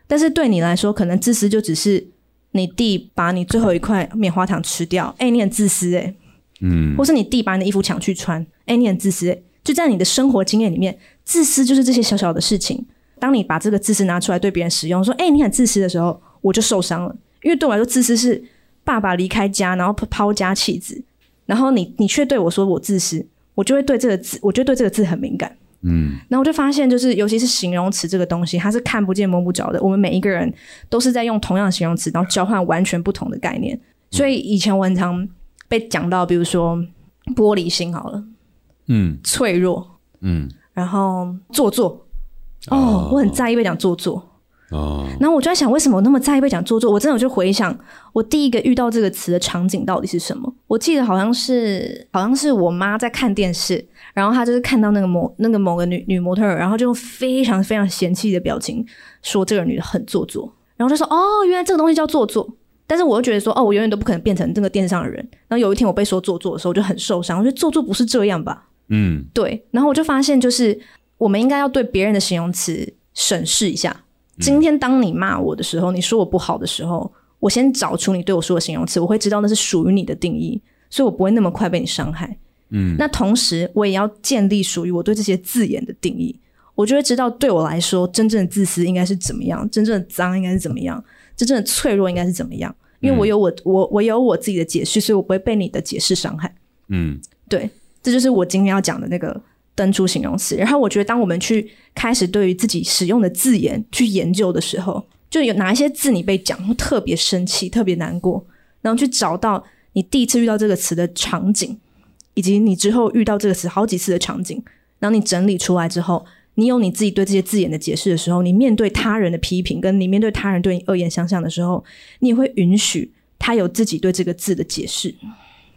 Speaker 3: 但是对你来说，可能自私就只是你弟把你最后一块棉花糖吃掉，哎、你很自私哎、
Speaker 2: 嗯
Speaker 3: 或是你弟把你的衣服抢去穿，哎、你很自私哎、就在你的生活经验里面，自私就是这些小小的事情。当你把这个自私拿出来对别人使用，说哎、你很自私的时候，我就受伤了，因为对我来说，自私是爸爸离开家，然后抛抛家弃子，然后你你却对我说我自私，我就会对这个字，我就对这个字很敏感。
Speaker 2: 嗯，
Speaker 3: 然后我就发现，就是尤其是形容词这个东西，它是看不见摸不着的。我们每一个人都是在用同样的形容词，然后交换完全不同的概念。所以以前我很常被讲到，比如说玻璃心好了，
Speaker 2: 嗯
Speaker 3: 脆弱，
Speaker 2: 嗯，
Speaker 3: 然后做作。哦，我很在意被讲做作。
Speaker 2: 哦，
Speaker 3: 然后我就在想，为什么我那么在意被讲做作？我真的我就回想我第一个遇到这个词的场景到底是什么？我记得好像是好像是我妈在看电视，然后她就是看到那个某那个某个女女模特儿，然后就用非常非常嫌弃的表情说这个女的很做作，然后就说哦，原来这个东西叫做作。但是我又觉得说，哦，我永远都不可能变成这个电视上的人。然后有一天我被说做作的时候，我就很受伤。我觉得做作不是这样吧？
Speaker 2: 嗯
Speaker 3: 对，然后我就发现，就是我们应该要对别人的形容词审视一下。今天当你骂我的时候，你说我不好的时候，我先找出你对我说的形容词，我会知道那是属于你的定义，所以我不会那么快被你伤害。
Speaker 2: 嗯，
Speaker 3: 那同时，我也要建立属于我对这些字眼的定义，我就会知道对我来说，真正的自私应该是怎么样，真正的脏应该是怎么样，真正的脆弱应该是怎么样。因为我有我我我有我自己的解释，所以我不会被你的解释伤害。
Speaker 2: 嗯
Speaker 3: 对，这就是我今天要讲的那个登出形容词。然后我觉得，当我们去开始对于自己使用的字眼去研究的时候，就有哪一些字你被讲会特别生气、特别难过，然后去找到你第一次遇到这个词的场景，以及你之后遇到这个词好几次的场景，然后你整理出来之后。你有你自己对这些字眼的解释的时候，你面对他人的批评，跟你面对他人对你恶言相向的时候，你也会允许他有自己对这个字的解释。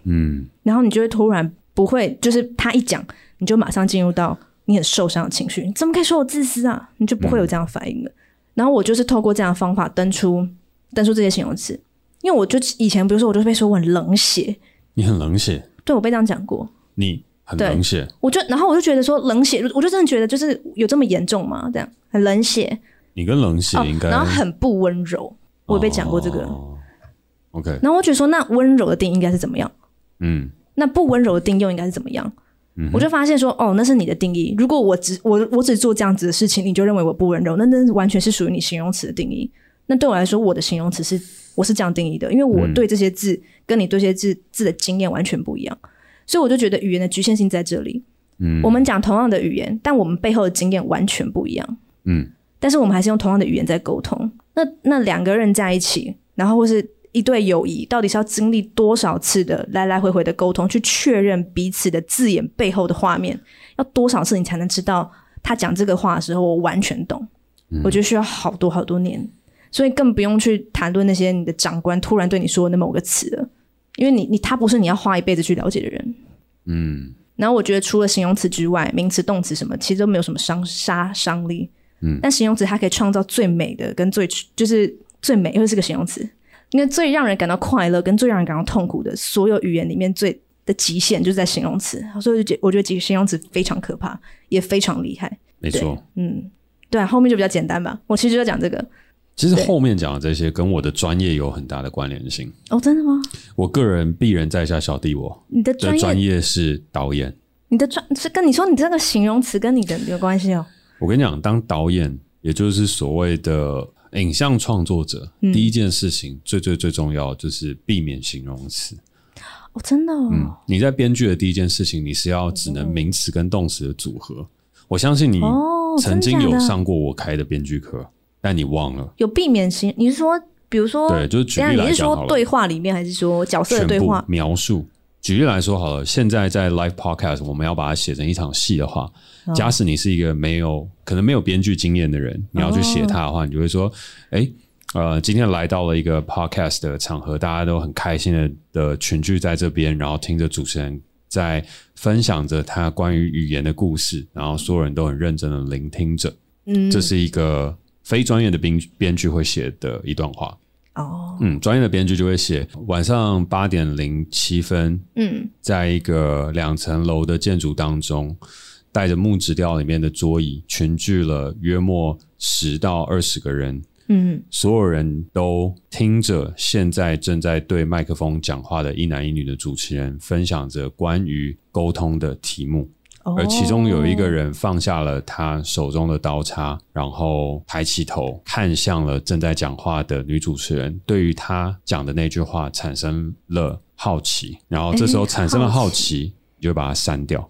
Speaker 2: 嗯
Speaker 3: 然后你就会突然不会，就是他一讲，你就马上进入到你很受伤的情绪。你怎么可以说我自私啊？你就不会有这样的嗯反应了。然后我就是透过这样的方法登出登出这些形容词，因为我就以前比如说我就被说我很冷血，
Speaker 2: 你很冷血，
Speaker 3: 对我被这样讲过，
Speaker 2: 你很
Speaker 3: 对
Speaker 2: 冷血，
Speaker 3: 我就然后我就觉得说冷血，我就真的觉得就是有这么严重吗？这样很冷血
Speaker 2: 你跟冷血
Speaker 3: 哦
Speaker 2: 应，该，
Speaker 3: 然后很不温柔，我被讲过这个。
Speaker 2: 哦 OK，
Speaker 3: 然后我觉得说那温柔的定义应该是怎么样？
Speaker 2: 嗯
Speaker 3: 那不温柔的定义又应该是怎么样？
Speaker 2: 嗯哼
Speaker 3: 我就发现说，哦，那是你的定义。如果我只我我只做这样子的事情，你就认为我不温柔，那那完全是属于你形容词的定义。那对我来说，我的形容词是我是这样定义的，因为我
Speaker 2: 嗯
Speaker 3: 对这些字、跟你对这些字字的经验完全不一样，所以我就觉得语言的局限性在这里。
Speaker 2: 嗯
Speaker 3: 我们讲同样的语言，但我们背后的经验完全不一样，
Speaker 2: 嗯
Speaker 3: 但是我们还是用同样的语言在沟通。那那两个人在一起，然后或是一对友谊，到底是要经历多少次的来来回回的沟通，去确认彼此的字眼背后的画面，要多少次你才能知道他讲这个话的时候我完全懂？
Speaker 2: 嗯
Speaker 3: 我觉得需要好多好多年，所以更不用去谈论那些你的长官突然对你说的某个词了，因为你你他不是你要花一辈子去了解的人。
Speaker 2: 嗯
Speaker 3: 然后我觉得除了形容词之外，名词、动词什么其实都没有什么伤杀伤力。
Speaker 2: 嗯
Speaker 3: 但形容词它可以创造最美的跟最就是最美，又是个形容词，因为最让人感到快乐跟最让人感到痛苦的所有语言里面最的极限就是在形容词，所以我就觉我觉得其实形容词非常可怕，也非常厉害。
Speaker 2: 没错。
Speaker 3: 嗯，对啊，后面就比较简单吧。我其实就要讲这个
Speaker 2: 其实
Speaker 3: 对
Speaker 2: 后面讲的这些跟我的专业有很大的关联性。
Speaker 3: 哦，真的吗？
Speaker 2: 我个人必然在下小弟我
Speaker 3: 你的
Speaker 2: 的
Speaker 3: 专业，
Speaker 2: 专业是导演。
Speaker 3: 你的专是跟你说你这个形容词跟你的有关系哦。
Speaker 2: 我跟你讲，当导演，也就是所谓的影像创作者，
Speaker 3: 嗯
Speaker 2: 第一件事情最最最重要就是避免形容词。
Speaker 3: 哦，真的哦，
Speaker 2: 嗯，你在编剧的第一件事情，你是要只能名词跟动词的组合。我相信你
Speaker 3: 哦真
Speaker 2: 曾经
Speaker 3: 假的
Speaker 2: 有上过我开的编剧课，但你忘了。
Speaker 3: 有避免形，你是说，比如说，
Speaker 2: 对，就是举
Speaker 3: 等一
Speaker 2: 例
Speaker 3: 下你
Speaker 2: 来
Speaker 3: 是
Speaker 2: 讲好
Speaker 3: 说
Speaker 2: 了。
Speaker 3: 对话里面，还是说角色的
Speaker 2: 全
Speaker 3: 对
Speaker 2: 部
Speaker 3: 话？
Speaker 2: 描述。举例来说好了，现在在 live podcast，我们要把它写成一场戏的话，
Speaker 3: 嗯
Speaker 2: 假使你是一个没有可能没有编剧经验的
Speaker 3: 哦
Speaker 2: 人，你要去写它的话，你就会说，哎、呃，今天来到了一个 podcast 的场合，大家都很开心的的群聚在这边，然后听着主持人在分享着他关于语言的故事，然后所有人都很认真的聆听着，
Speaker 3: 嗯，
Speaker 2: 这是一个非专业的编编剧会写的一段话。
Speaker 3: 哦，
Speaker 2: 嗯，专业的编剧就会写晚上八点零七分，
Speaker 3: 嗯
Speaker 2: 在一个两层楼的建筑当中，带着木质调里面的桌椅，群聚了约莫十到二十个人，
Speaker 3: 嗯
Speaker 2: 所有人都听着现在正在对麦克风讲话的一男一女的主持人分享着关于沟通的题目，
Speaker 3: 哦，
Speaker 2: 而其中有一个人放下了他手中的刀叉，然后抬起头看向了正在讲话的女主持人，对于她讲的那句话产生了好奇，然后这时候产生了好奇，你就会把它删掉，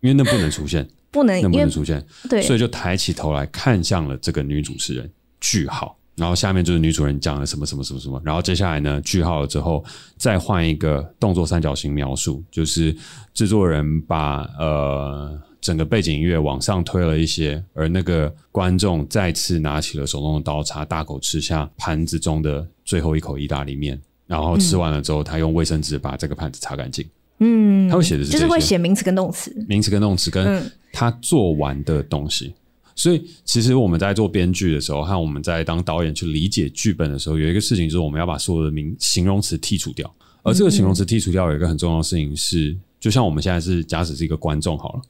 Speaker 2: 因为那不能出现，
Speaker 3: 不能
Speaker 2: 那不
Speaker 3: 因
Speaker 2: 能
Speaker 3: 为
Speaker 2: 出现，
Speaker 3: 对
Speaker 2: 所以就抬起头来看向了这个女主持人，句号。然后下面就是女主人讲了什么什么什么什么，然后接下来呢，句号了之后，再换一个动作三角形描述，就是制作人把呃整个背景音乐往上推了一些，而那个观众再次拿起了手中的刀叉，大口吃下盘子中的最后一口意大利面，然后吃完了之后，他用卫生纸把这个盘子擦干净。
Speaker 3: 嗯
Speaker 2: 他，会写的是
Speaker 3: 就是
Speaker 2: 这
Speaker 3: 会
Speaker 2: 些
Speaker 3: 写名词跟动词，
Speaker 2: 名词跟动词跟
Speaker 3: 嗯
Speaker 2: 他做完的东西。所以，其实我们在做编剧的时候，和我们在当导演去理解剧本的时候，有一个事情就是我们要把所有的名形容词剔除掉。而这个形容词剔除掉有一个很重要的事情是，就像我们现在是假使是一个观众好了，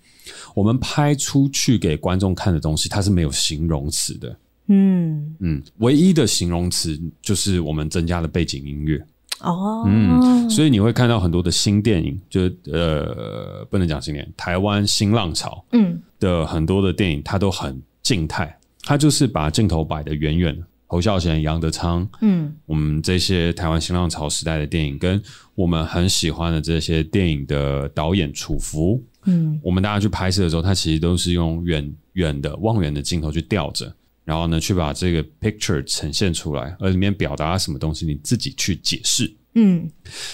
Speaker 2: 我们拍出去给观众看的东西，它是没有形容词的。
Speaker 3: 嗯，
Speaker 2: 嗯，唯一的形容词就是我们增加了背景音乐。
Speaker 3: 哦，
Speaker 2: 嗯，所以你会看到很多的新电影，就是呃，不能讲新电影，台湾新浪潮
Speaker 3: 嗯
Speaker 2: 的很多的电影，它都很静态，它就是把镜头摆得远远的。侯孝贤、杨德昌，
Speaker 3: 嗯
Speaker 2: 我们这些台湾新浪潮时代的电影，跟我们很喜欢的这些电影的导演楚福，
Speaker 3: 嗯
Speaker 2: 我们大家去拍摄的时候，它其实都是用远远的望远的镜头去吊着，然后呢，去把这个 picture 呈现出来，而里面表达什么东西，你自己去解释。
Speaker 3: 嗯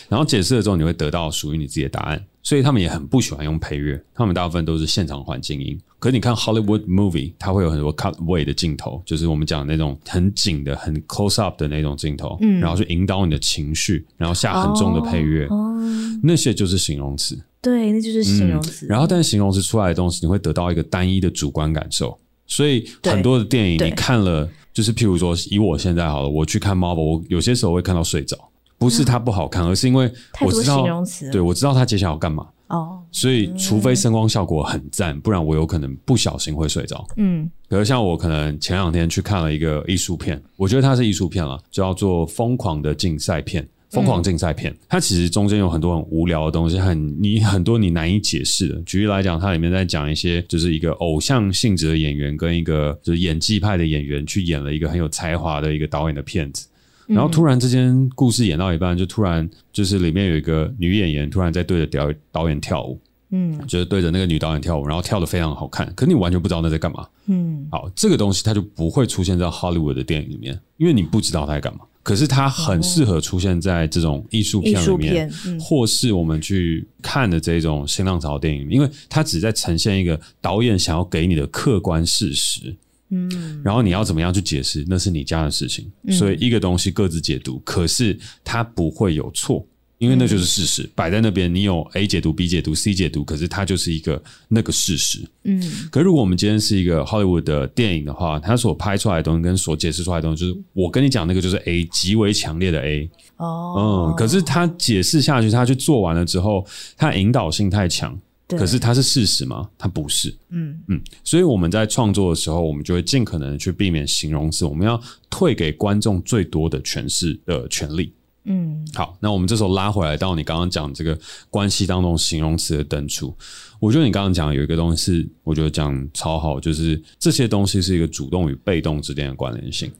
Speaker 2: 然后解释了之后，你会得到属于你自己的答案。所以他们也很不喜欢用配乐，他们大部分都是现场环境音。可是你看 Hollywood movie，它会有很多 cutaway 的镜头，就是我们讲的那种很紧的、很 close up 的那种镜头，
Speaker 3: 嗯
Speaker 2: 然后去引导你的情绪，然后下很重的配乐，
Speaker 3: 哦，
Speaker 2: 那些就是形容词。
Speaker 3: 对，那就是形容词。
Speaker 2: 嗯然后，但是形容词出来的东西，你会得到一个单一的主观感受。所以很多的电影，
Speaker 3: 对
Speaker 2: 你看了，就是譬如说，以我现在好了，我去看 Marvel，我有些时候会看到睡着，不是它不好看，而是因为
Speaker 3: 嗯太
Speaker 2: 我
Speaker 3: 多
Speaker 2: 知道
Speaker 3: 形容词了
Speaker 2: 对我知道它接下来要干嘛，
Speaker 3: 哦，
Speaker 2: 所以除非声光效果很赞，不然我有可能不小心会睡着。
Speaker 3: 嗯
Speaker 2: 比如像我可能前两天去看了一个艺术片，我觉得它是艺术片了，叫做《疯狂的竞赛片》。疯狂竞赛片，它其实中间有很多很无聊的东西，很你很多你难以解释的。举例来讲，它里面在讲一些就是一个偶像性质的演员跟一个就是演技派的演员去演了一个很有才华的一个导演的片子，然后突然之间故事演到一半，就突然就是里面有一个女演员突然在对着导导演跳舞，
Speaker 3: 嗯
Speaker 2: 就是对着那个女导演跳舞，然后跳的非常好看，可你完全不知道那在干嘛。
Speaker 3: 嗯，
Speaker 2: 好，这个东西它就不会出现在 Hollywood 的电影里面，因为你不知道它在干嘛。可是它很适合出现在这种艺术
Speaker 3: 艺
Speaker 2: 片里
Speaker 3: 术
Speaker 2: 面
Speaker 3: 片，，嗯
Speaker 2: 或是我们去看的这种新浪潮电影，因为它只在呈现一个导演想要给你的客观事实，
Speaker 3: 嗯
Speaker 2: 然后你要怎么样去解释，那是你家的事情。所以一个东西各自解读，可是它不会有错。因
Speaker 3: 嗯
Speaker 2: 为那就是事实，摆在那边。你有 A 解读、B 解读、C 解读，可是它就是一个那个事实。
Speaker 3: 嗯
Speaker 2: 可如果我们今天是一个 Hollywood 的电影的话，它所拍出来的东西跟所解释出来的东西，就是我跟你讲那个就是 A 极为强烈的 A，
Speaker 3: 哦，
Speaker 2: 嗯，可是他解释下去，他去做完了之后，他引导性太强，
Speaker 3: 对
Speaker 2: 可是它是事实吗？它不是，
Speaker 3: 嗯
Speaker 2: 嗯，所以我们在创作的时候，我们就会尽可能地去避免形容词，我们要退给观众最多的诠释的权利。
Speaker 3: 嗯
Speaker 2: 好，那我们这时候拉回来到你刚刚讲这个关系当中形容词的等处，我觉得你刚刚讲有一个东西是，我觉得讲超好，就是这些东西是一个主动与被动之间的关联性。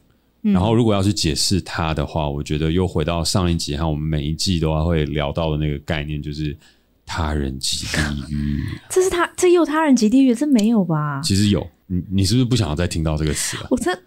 Speaker 2: 然后，如果要去解释它的话，我觉得又回到上一集和我们每一季都会聊到的那个概念，就是他人即地狱。
Speaker 3: 这是他，这也有他人及地狱，这没有吧？
Speaker 2: 其实有，你你是不是不想要再听到这个词 了？
Speaker 3: 我真的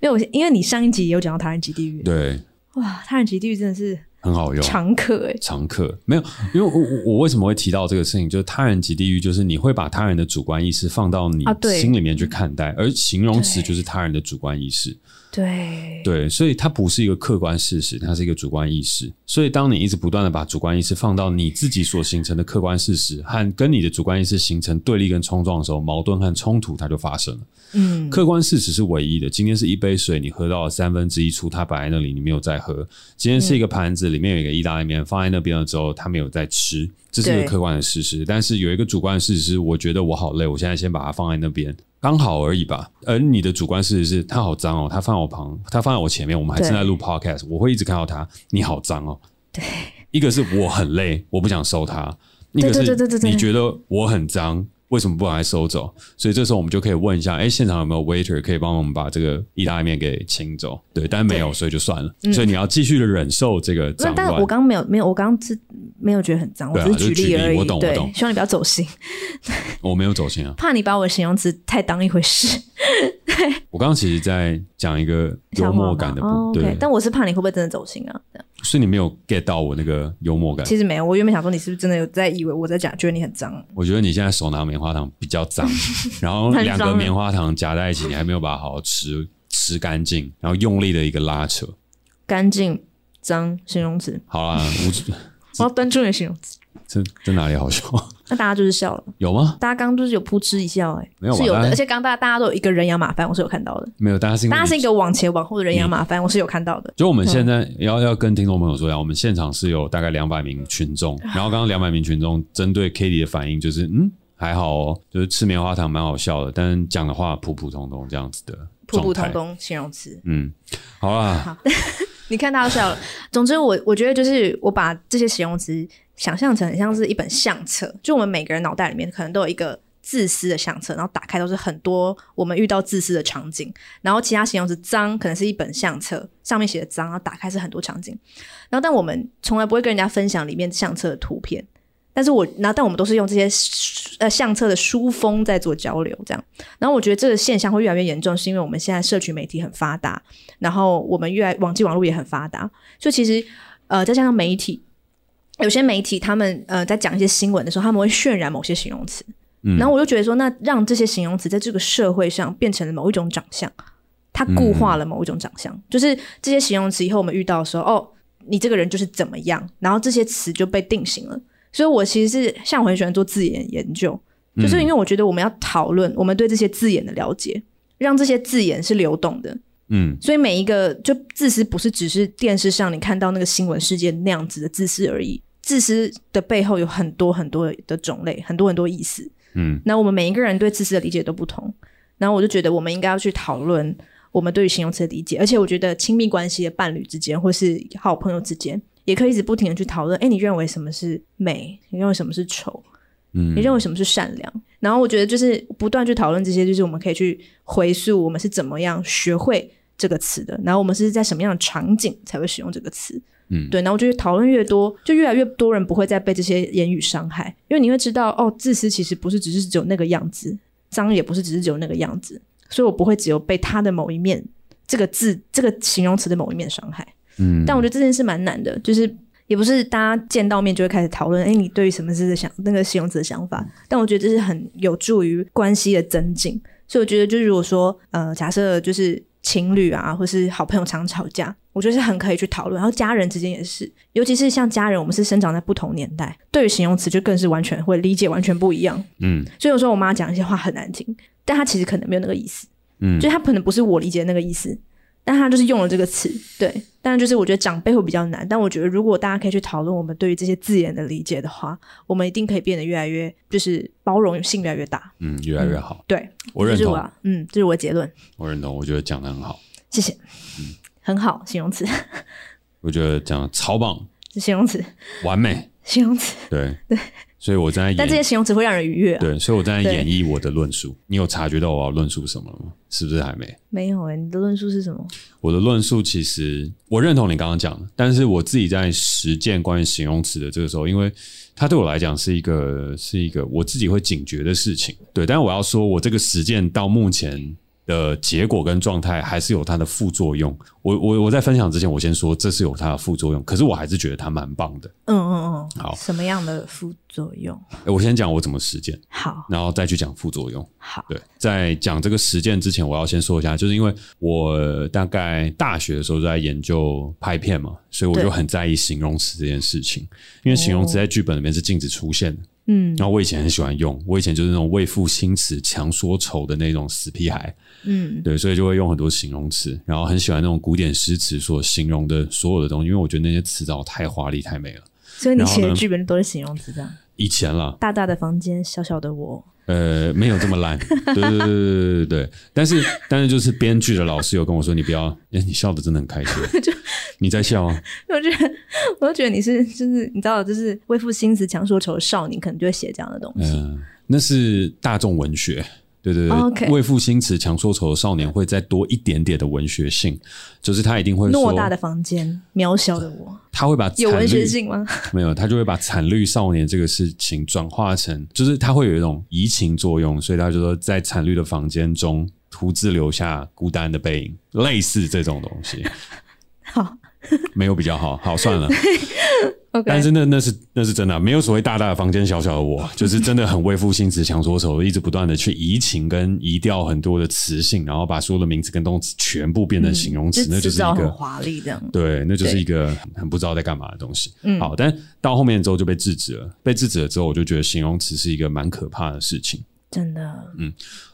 Speaker 3: 没有，我因为你上一集也有讲到他人及地狱，
Speaker 2: 对，啊
Speaker 3: 哇，他人及地狱真的是
Speaker 2: 很好用。
Speaker 3: 常客哎，
Speaker 2: 常客没有，因为我我我为什么会提到这个事情，就是他人及地狱，就是你会把他人的主观意识放到你
Speaker 3: 啊对
Speaker 2: 心里面去看待，而形容词就是他人的主观意识，
Speaker 3: 对，
Speaker 2: 对，所以它不是一个客观事实，它是一个主观意识。所以当你一直不断的把主观意识放到你自己所形成的客观事实和跟你的主观意识形成对立跟冲撞的时候，矛盾和冲突它就发生了。
Speaker 3: 嗯
Speaker 2: 客观事实是唯一的。今天是一杯水，你喝到了三分之一出，它摆在那里，你没有再喝。今天是一个盘子，里面有一个意大利面放在那边了之后，他没有再吃，这是一个
Speaker 3: 对
Speaker 2: 客观的事实。但是有一个主观的事实是，我觉得我好累，我现在先把它放在那边，刚好而已吧。而你的主观事实是，它好脏哦，它放在我旁，它放在我前面，我们还
Speaker 3: 对
Speaker 2: 正在录 podcast，我会一直看到它，你好脏哦。对，一个是我很累，我不想收它。一个
Speaker 3: 对对对对对
Speaker 2: 是
Speaker 3: 对
Speaker 2: 你觉得我很脏，为什么不把它收走？所以这时候我们就可以问一下，哎、现场有没有 waiter 可以帮我们把这个意大利面给清走？对，但没有，
Speaker 3: 对
Speaker 2: 所以就算了。所以你要继续的忍受这个
Speaker 3: 那
Speaker 2: 脏
Speaker 3: 但
Speaker 2: 乱。
Speaker 3: 我刚刚没有没有，我刚刚是没有觉得很脏，我
Speaker 2: 对啊
Speaker 3: 只是
Speaker 2: 就
Speaker 3: 举
Speaker 2: 举例
Speaker 3: 而已。
Speaker 2: 我懂我
Speaker 3: 对
Speaker 2: 懂，
Speaker 3: 希望你不要走心，
Speaker 2: 我没有走心啊。
Speaker 3: 怕你把我的形容词太当一回事。
Speaker 2: 我刚刚其实在讲一个幽默感的
Speaker 3: 笑话嘛哦
Speaker 2: 部
Speaker 3: OK，
Speaker 2: 对，
Speaker 3: 但我是怕你会不会真的走心啊？这样
Speaker 2: 所以你没有 get 到我那个幽默感。
Speaker 3: 其实没有，我原本想说你是不是真的有在以为我在讲，觉得你很脏。
Speaker 2: 我觉得你现在手拿棉花糖比 较脏，然后
Speaker 3: 很
Speaker 2: 两个
Speaker 3: 脏
Speaker 2: 棉花糖夹在一起，你还没有把它好好吃吃干净，然后用力的一个拉扯。
Speaker 3: 干净、脏形容词，
Speaker 2: 好啦，我
Speaker 3: 我要哦端出你的形容词。
Speaker 2: 这这哪里好笑？
Speaker 3: 那大家就是笑了，
Speaker 2: 有吗？
Speaker 3: 大家刚刚就是有扑哧一笑、欸，哎，
Speaker 2: 没有吧嗯
Speaker 3: 是有
Speaker 2: 大
Speaker 3: 的，
Speaker 2: 家
Speaker 3: 而且刚刚大家大家都有一个人仰马翻，我是有看到的。
Speaker 2: 没有，大家是因为
Speaker 3: 大家
Speaker 2: 你
Speaker 3: 是一个往前往后的人仰马翻，我是有看到的。
Speaker 2: 就我们现在
Speaker 3: 嗯
Speaker 2: 要要跟听众朋友说一下，我们现场是有大概两百名 群众，然后刚刚两百名群众针对 k a t i e 的反应就是，嗯，还好哦，就是吃棉花糖蛮好笑的，但是讲的话普普通通这样子的
Speaker 3: 普普通
Speaker 2: 状态。
Speaker 3: 通形容词，
Speaker 2: 嗯，好啦，
Speaker 3: 你看大家都笑了。总之我，我觉得就是我把这些形容词想象成很像是一本相册，就我们每个人脑袋里面可能都有一个自私的相册，然后打开都是很多我们遇到自私的场景，然后其他形容词脏可能是一本相册，上面写的脏，然后打开是很多场景，然后但我们从来不会跟人家分享里面相册的图片。但是我，然后但我们都是用这些书呃相册的书封在做交流，这样。然后我觉得这个现象会越来越严重，是因为我们现在社群媒体很发达，然后我们越来网际网络也很发达，所以其实呃再加上媒体，有些媒体他们呃在讲一些新闻的时候，他们会渲染某些形容词，
Speaker 2: 嗯
Speaker 3: 然后我就觉得说，那让这些形容词在这个社会上变成了某一种长相，它固化了某一种长相，就是这些形容词以后我们遇到的时候，哦，你这个人就是怎么样，然后这些词就被定型了。所以我其实是像我很喜欢做字眼研究，就是因为我觉得我们要讨论我们对这些字眼的了解，让这些字眼是流动的，
Speaker 2: 嗯，
Speaker 3: 所以每一个就自私不是只是电视上你看到那个新闻事件那样子的自私而已，自私的背后有很多很多的种类，很多很多意思。
Speaker 2: 嗯，
Speaker 3: 那我们每一个人对自私的理解都不同，然后我就觉得我们应该要去讨论我们对于形容词的理解，而且我觉得亲密关系的伴侣之间或是好朋友之间，也可以一直不停的去讨论，哎，你认为什么是美？你认为什么是丑？
Speaker 2: 嗯
Speaker 3: 你认为什么是善良？然后我觉得就是不断去讨论这些，就是我们可以去回溯我们是怎么样学会这个词的，然后我们是在什么样的场景才会使用这个词。
Speaker 2: 嗯
Speaker 3: 对，然后我觉得讨论越多，就越来越多人不会再被这些言语伤害，因为你会知道，哦，自私其实不是只是只有那个样子，脏也不是只是只有那个样子，所以我不会只有被他的某一面这个字这个形容词的某一面伤害。
Speaker 2: 嗯，
Speaker 3: 但我觉得这件事蛮难的，就是也不是大家见到面就会开始讨论，哎，你对于什么事的想那个形容词的想法。但我觉得这是很有助于关系的增进，所以我觉得就是如果说呃，假设就是情侣啊，或是好朋友常吵架，我觉得是很可以去讨论。然后家人之间也是，尤其是像家人，我们是生长在不同年代，对于形容词就更是完全会理解完全不一样。
Speaker 2: 嗯
Speaker 3: 所以有时候我妈讲一些话很难听，但她其实可能没有那个意思，
Speaker 2: 嗯
Speaker 3: 就她可能不是我理解的那个意思，但她就是用了这个词，对。但是就是我觉得长辈会比较难，但我觉得如果大家可以去讨论我们对于这些字眼的理解的话，我们一定可以变得越来越就是包容性越来越大。
Speaker 2: 嗯，越来越好，
Speaker 3: 对，
Speaker 2: 我
Speaker 3: 这
Speaker 2: 认
Speaker 3: 是
Speaker 2: 同，
Speaker 3: 我嗯，这是我的结论，
Speaker 2: 我认同，我觉得讲的很好，
Speaker 3: 谢谢，
Speaker 2: 嗯
Speaker 3: 很好，形容词，
Speaker 2: 我觉得讲的超棒，
Speaker 3: 是形容词，
Speaker 2: 完美，
Speaker 3: 形容词，
Speaker 2: 对对，所以我正在
Speaker 3: 但这些
Speaker 2: 演，
Speaker 3: 形容词会让人愉悦啊。
Speaker 2: 对，所以我正在
Speaker 3: 对
Speaker 2: 演绎我的论述。你有察觉到我要论述什么了吗？是不是还没？
Speaker 3: 没有哎、你的论述是什么？
Speaker 2: 我的论述其实我认同你刚刚讲的，但是我自己在实践关于形容词的这个时候，因为它对我来讲是一个是一个我自己会警觉的事情，对。但我要说，我这个实践到目前的结果跟状态还是有它的副作用。我我我在分享之前，我先说这是有它的副作用，可是我还是觉得它蛮棒的。
Speaker 3: 嗯嗯嗯，
Speaker 2: 好
Speaker 3: 什么样的副作用？
Speaker 2: 诶我先讲我怎么实践，
Speaker 3: 好
Speaker 2: 然后再去讲副作用。
Speaker 3: 好，
Speaker 2: 对，在讲这个实践之前，我要先说一下，就是因为我大概大学的时候就在研究拍片嘛，所以我
Speaker 3: 对
Speaker 2: 就很在意形容词这件事情，因为形容词在剧本里面是禁止出现的。
Speaker 3: 嗯
Speaker 2: 然后我以前很喜欢用，我以前就是那种为赋新词强说愁的那种死屁孩，
Speaker 3: 嗯
Speaker 2: 对，所以就会用很多形容词，然后很喜欢那种古典诗词所形容的所有的东西，因为我觉得那些词藻太华丽太美了。
Speaker 3: 所以你
Speaker 2: 然后
Speaker 3: 写的
Speaker 2: 呢
Speaker 3: 剧本都是形容词这样，
Speaker 2: 以前啦，
Speaker 3: 大大的房间，小小的我，
Speaker 2: 呃，没有这么烂，对对对对对对对。但是但是就是编剧的老师有跟我说，你不要，哎，你笑的真的很开心， 你在笑啊？
Speaker 3: 我觉得，我就觉得你是就是你知道，就是为赋新词强说愁的少年，可能就会写这样的东
Speaker 2: 嗯、
Speaker 3: 西。
Speaker 2: 那是大众文学。对对对
Speaker 3: 哦 OK
Speaker 2: 为赋新词强说愁，少年会再多一点点的文学性，就是他一定会说
Speaker 3: 偌，大的房间，渺小的 我，
Speaker 2: 他会把
Speaker 3: 有
Speaker 2: 惨
Speaker 3: 文
Speaker 2: 绿
Speaker 3: 学性吗？
Speaker 2: 没有，他就会把惨绿少年这个事情转化成，就是他会有一种移情作用，所以他就说在惨绿的房间中，独自留下孤单的背影，类似这种东西，
Speaker 3: 好
Speaker 2: 没有比较好，好 算了。
Speaker 3: ，OK，
Speaker 2: 但是那那是那是真的啊、没有所谓大大的房间小小的我，就是真的很为赋新词强说愁，一直不断的去移情跟移掉很多的词性，然后把所有的名词跟动词全部变成形容词，那就是
Speaker 3: 嗯制造
Speaker 2: 一
Speaker 3: 很
Speaker 2: 个
Speaker 3: 华丽这样。
Speaker 2: 对，那就是
Speaker 3: 对
Speaker 2: 一个很很不知道在干嘛的东西。
Speaker 3: 嗯
Speaker 2: 好，但到后面之后就被制止了。被制止了之后，我就觉得形容词是一个蛮可怕的事情。
Speaker 3: 真的，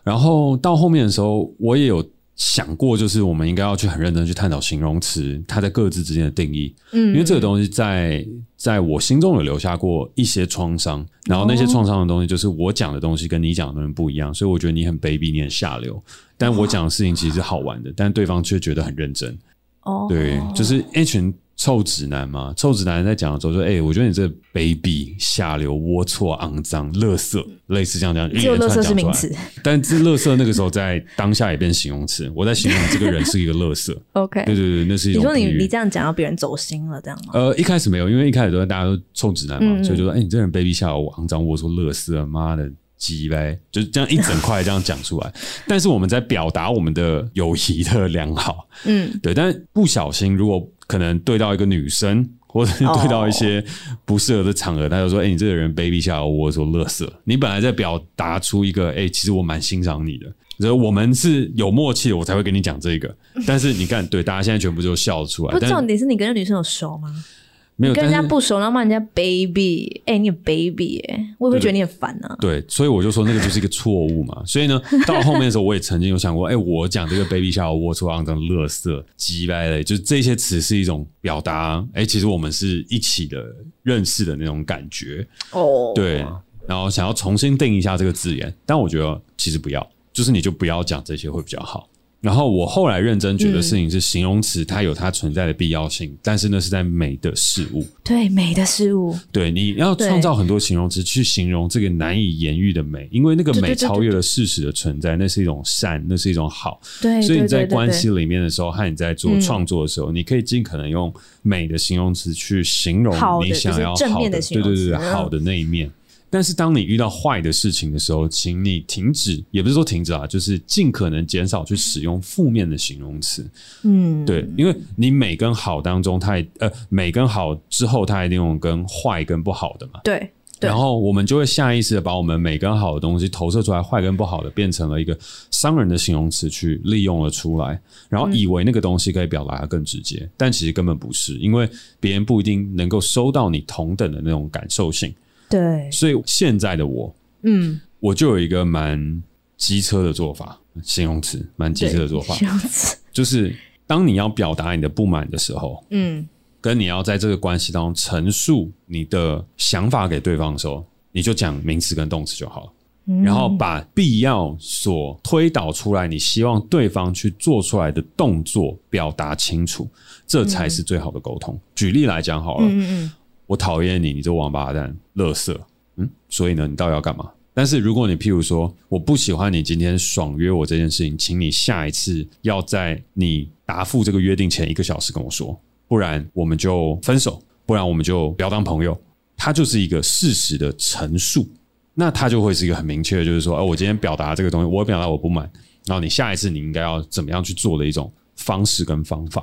Speaker 2: 然后到后面的时候，我也有想过，就是我们应该要去很认真地去探讨形容词它在各自之间的定义，
Speaker 3: 嗯，
Speaker 2: 因为这个东西在在我心中有留下过一些创伤。然后那些
Speaker 3: 哦
Speaker 2: 创伤的东西，就是我讲的东西跟你讲的东西不一样，所以我觉得你很卑鄙，你很下流。但我讲的事情其实是好玩的，但对方却觉得很认真。
Speaker 3: 哦，
Speaker 2: 对，就是一群臭直男嘛，臭直男在讲的时候说：“哎、我觉得你这卑鄙、下流、龌龊、肮脏、垃圾，类似这样这样。”
Speaker 3: 只有
Speaker 2: 一
Speaker 3: 乐
Speaker 2: 连
Speaker 3: 色
Speaker 2: 串
Speaker 3: 是
Speaker 2: 讲出
Speaker 3: 名
Speaker 2: 来
Speaker 3: 词。
Speaker 2: 但是垃圾那个时候在当下也变形容词，我在形容这个人是一个垃 圾。
Speaker 3: OK，
Speaker 2: 对对对，那是一
Speaker 3: 你
Speaker 2: 种
Speaker 3: 说
Speaker 2: 比
Speaker 3: 你
Speaker 2: 喻
Speaker 3: 你这样讲，让别人走心了，这样吗？
Speaker 2: 呃，一开始没有，因为一开始都大家都臭直男嘛，
Speaker 3: 嗯嗯
Speaker 2: 所以就说：“哎、你这人卑鄙、下流、肮脏、龌龊、垃圾，啊妈的。”鸡呗，就是这样一整块这样讲出来，但是我们在表达我们的友谊的良好，
Speaker 3: 嗯，
Speaker 2: 对，但不小心如果可能对到一个女生，或者是
Speaker 3: 哦
Speaker 2: 对到一些不适合的场合，他就说：“哎、你这个人卑鄙下流，我说乐色。”你本来在表达出一个：“哎、其实我蛮欣赏你的。”所以我们是有默契的，我才会跟你讲这个。但是你看，对大家现在全部就笑出来
Speaker 3: 不，重
Speaker 2: 但
Speaker 3: 点是你跟那女生有熟吗？
Speaker 2: 没有
Speaker 3: 跟人
Speaker 2: 但
Speaker 3: 家
Speaker 2: 是
Speaker 3: 不熟，然后骂人家 baby，哎、你很 baby 哎、我也会
Speaker 2: 对
Speaker 3: 觉得你很烦呢、啊。
Speaker 2: 对，所以我就说那个就是一个错误嘛。所以呢，到后面的时候，我也曾经有想过，哎、我讲这个卑鄙下流、龌龊、肮脏、垃圾、鸡掰类，就是这些词是一种表达，哎、其实我们是一起的认识的那种感觉，
Speaker 3: 哦，
Speaker 2: 对。然后想要重新定一下这个字眼，但我觉得其实不要，就是你就不要讲这些会比较好。然后我后来认真觉得事情是形容词，它有它存在的必要性，但是那是在美的事物。
Speaker 3: 对美的事物，
Speaker 2: 对，你要
Speaker 3: 对
Speaker 2: 创造很多形容词去形容这个难以言喻的美，因为那个
Speaker 3: 对对
Speaker 2: 美
Speaker 3: 对对
Speaker 2: 超越了事实的存在，那是一种善，那是一种好。
Speaker 3: 对，
Speaker 2: 所以你
Speaker 3: 对
Speaker 2: 在
Speaker 3: 对对
Speaker 2: 关
Speaker 3: 对
Speaker 2: 系里面的时候，和你在做
Speaker 3: 嗯
Speaker 2: 创作的时候，你可以尽可能用美的形容词去形容
Speaker 3: 好的
Speaker 2: 你想要
Speaker 3: 就是正
Speaker 2: 好
Speaker 3: 面
Speaker 2: 的，
Speaker 3: 的
Speaker 2: 对
Speaker 3: 形
Speaker 2: 对
Speaker 3: 容词
Speaker 2: 对，对
Speaker 3: 嗯
Speaker 2: 好的那一面。但是当你遇到坏的事情的时候，请你停止，也不是说停止啊，就是尽可能减少去使用负面的形容词。
Speaker 3: 嗯，
Speaker 2: 对，因为你美跟好当中，它也呃美跟好之后，它一定有跟坏跟不好的嘛。
Speaker 3: 对对
Speaker 2: 然后我们就会下意识的把我们每跟好的东西投射出来，坏跟不好的变成了一个商人的形容词去利用了出来，然后以为那个东西可以表达的更直接，
Speaker 3: 嗯
Speaker 2: 但其实根本不是，因为别人不一定能够收到你同等的那种感受性。
Speaker 3: 对，
Speaker 2: 所以现在的我，
Speaker 3: 嗯，
Speaker 2: 我就有一个蛮机车的做法，形容词蛮机车的做法，
Speaker 3: 这样子，
Speaker 2: 就是当你要表达你的不满的时候，
Speaker 3: 嗯，
Speaker 2: 跟你要在这个关系当中陈述你的想法给对方的时候，你就讲名词跟动词就好了，
Speaker 3: 嗯
Speaker 2: 然后把必要所推导出来，你希望对方去做出来的动作表达清楚，这才是最好的沟通。举例来讲好了，
Speaker 3: 嗯嗯
Speaker 2: 我讨厌你，你这王八蛋，乐色，嗯，所以呢，你到底要干嘛？但是如果你譬如说，我不喜欢你今天爽约我这件事情，请你下一次要在你答复这个约定前一个小时跟我说，不然我们就分手，不然我们就不要当朋友。它就是一个事实的陈述，那它就会是一个很明确的，就是说，哦，我今天表达这个东西，我表达我不满，然后你下一次你应该要怎么样去做的一种方式跟方法。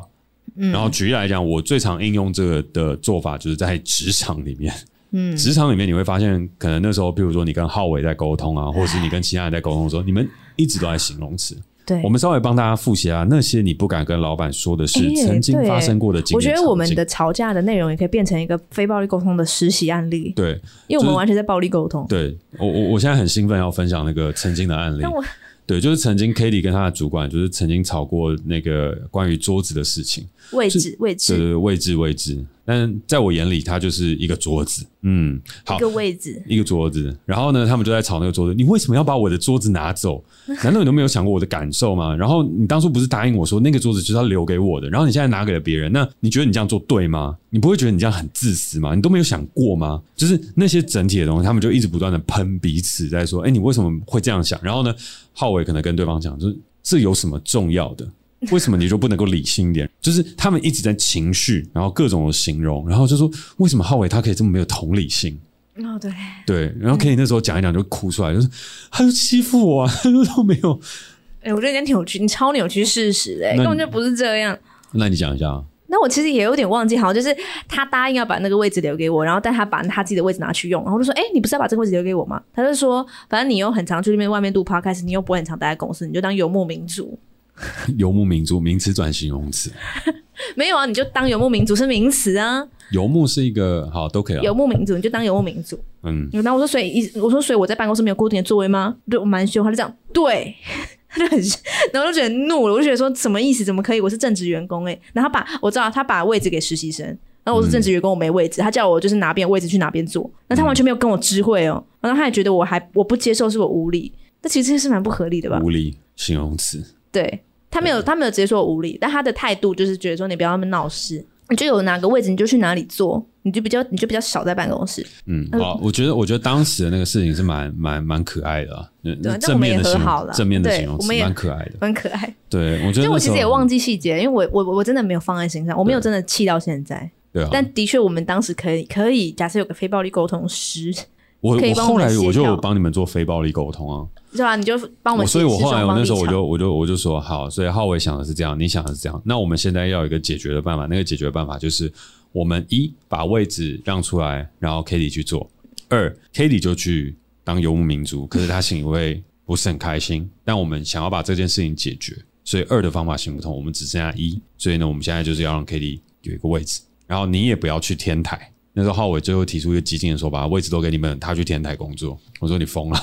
Speaker 3: 嗯，
Speaker 2: 然后举例来讲，我最常应用这个的做法就是在职场里面。
Speaker 3: 嗯
Speaker 2: 职场里面你会发现，可能那时候，譬如说你跟浩伟在沟通啊，或者是你跟其他人在沟通的时候，你们一直都在形容词。
Speaker 3: 对，
Speaker 2: 我们稍微帮大家复习啊，那些你不敢跟老板说的事，
Speaker 3: 哎
Speaker 2: 曾经
Speaker 3: 对
Speaker 2: 发生过的经历。
Speaker 3: 我觉得我们
Speaker 2: 场景
Speaker 3: 的吵架的内容也可以变成一个非暴力沟通的实习案例，
Speaker 2: 对
Speaker 3: 因为我
Speaker 2: 就是
Speaker 3: 们完全在暴力沟通。
Speaker 2: 对，我我我现在很兴奋要分享那个曾经的案例
Speaker 3: 但。我
Speaker 2: 对，就是曾经 k a t i e 跟她的主管，就是曾经吵过那个关于桌子的事情。
Speaker 3: 位置位
Speaker 2: 对对
Speaker 3: 置，
Speaker 2: 对，位置位置。但在我眼里，它就是一个桌子。嗯，好
Speaker 3: 一，个位置，
Speaker 2: 一个桌子，然后呢，他们就在吵那个桌子，你为什么要把我的桌子拿走？难道你都没有想过我的感受吗？然后你当初不是答应我说那个桌子就是要留给我的，然后你现在拿给了别人，那你觉得你这样做对吗？你不会觉得你这样很自私吗？你都没有想过吗？就是那些整体的东西，他们就一直不断的喷彼此，在说，哎，你为什么会这样想？然后呢，浩伟可能跟对方讲，就是这有什么重要的？为什么你就不能够理性一点？就是他们一直在情绪，然后各种的形容，然后就说为什么浩伟他可以这么没有同理心？
Speaker 3: 哦对，
Speaker 2: 对，然后 K 那时候讲一讲就哭出来，就是他就欺负我、啊，他就都没有。
Speaker 3: 哎，我觉得你很扭曲，你超扭曲事实哎，
Speaker 2: 那
Speaker 3: 根
Speaker 2: 你
Speaker 3: 本就不是这样。
Speaker 2: 那你讲一下啊，
Speaker 3: 那我其实也有点忘记，好像就是他答应要把那个位置留给我，然后但他把他自己的位置拿去用，然后我就说，哎、你不是要把这个位置留给我吗？他就说，反正你又很常去那边外面度 podcast，你又不会很常待在公司，你就当游牧民族。
Speaker 2: 游牧民族名词转形容词，
Speaker 3: 没有啊，你就当游牧民族是名词啊，
Speaker 2: 游牧是一个好都可以
Speaker 3: 游
Speaker 2: 了。
Speaker 3: 牧民族你就当游牧民族。
Speaker 2: 嗯，
Speaker 3: 然后我说，所以一我说，所以我在办公室没有固定的座位吗？对我蛮凶，他就这样，对。 他就很，然后我就觉得怒了，我就觉得说什么意思？怎么可以？我是正职员工哎、然后他把我知道他把位置给实习生，然后我是正职员工，我没位置，他叫我就是哪边位置去哪边坐，那他完全没有跟我知会哦，然后他也觉得我还我不接受是我无理，那其实这是蛮不合理的吧？
Speaker 2: 无理形容词，
Speaker 3: 对他没有，他没有直接说我无理，但他的态度就是觉得说你不要那么闹事，你就有哪个位置你就去哪里坐，你就比较你就比较少在办公室，
Speaker 2: 嗯，好，我觉得我觉得当时的那个事情是蛮蛮蛮可爱的啊，嗯
Speaker 3: 对但
Speaker 2: 正
Speaker 3: 我们也
Speaker 2: 面的
Speaker 3: 和
Speaker 2: 形
Speaker 3: 好了
Speaker 2: 容正面的
Speaker 3: 对
Speaker 2: 形容
Speaker 3: 我
Speaker 2: 词
Speaker 3: 们也
Speaker 2: 蛮可爱的。啊
Speaker 3: 蛮可爱。
Speaker 2: 对，我觉得
Speaker 3: 就我其实也忘
Speaker 2: 记，
Speaker 3: 记细节，因为我我我我真的没有放在心上，我没有真的气到现在。
Speaker 2: 对啊，
Speaker 3: 但的确，我们当时可以可以假设有个非暴力沟通师，
Speaker 2: 我
Speaker 3: 可以
Speaker 2: 我
Speaker 3: 帮
Speaker 2: 后
Speaker 3: 我们
Speaker 2: 来
Speaker 3: 协
Speaker 2: 我就有
Speaker 3: 调
Speaker 2: 帮你们做非暴力沟通啊，
Speaker 3: 是吧？你就帮我们
Speaker 2: 哦所以
Speaker 3: 解释
Speaker 2: 我后来
Speaker 3: 双
Speaker 2: 我
Speaker 3: 方
Speaker 2: 那时候
Speaker 3: 立
Speaker 2: 我
Speaker 3: 场
Speaker 2: 就我就我就说好，所以浩伟想的是这样，你想的是这样，那我们现在要有一个解决的办法，那个解决办法就是我们一把位置让出来，然后 k a t i e 去做；二 k a t i e 就去当游牧民族，可是他心里会不是很开心，但我们想要把这件事情解决，所以二的方法行不通，我们只剩下一，所以呢，我们现在就是要让 k a t i e 有一个位置，然后你也不要去天台。那时候浩伟最后提出一个激进的说法，位置都给你们，他去天台工作。我说你疯了，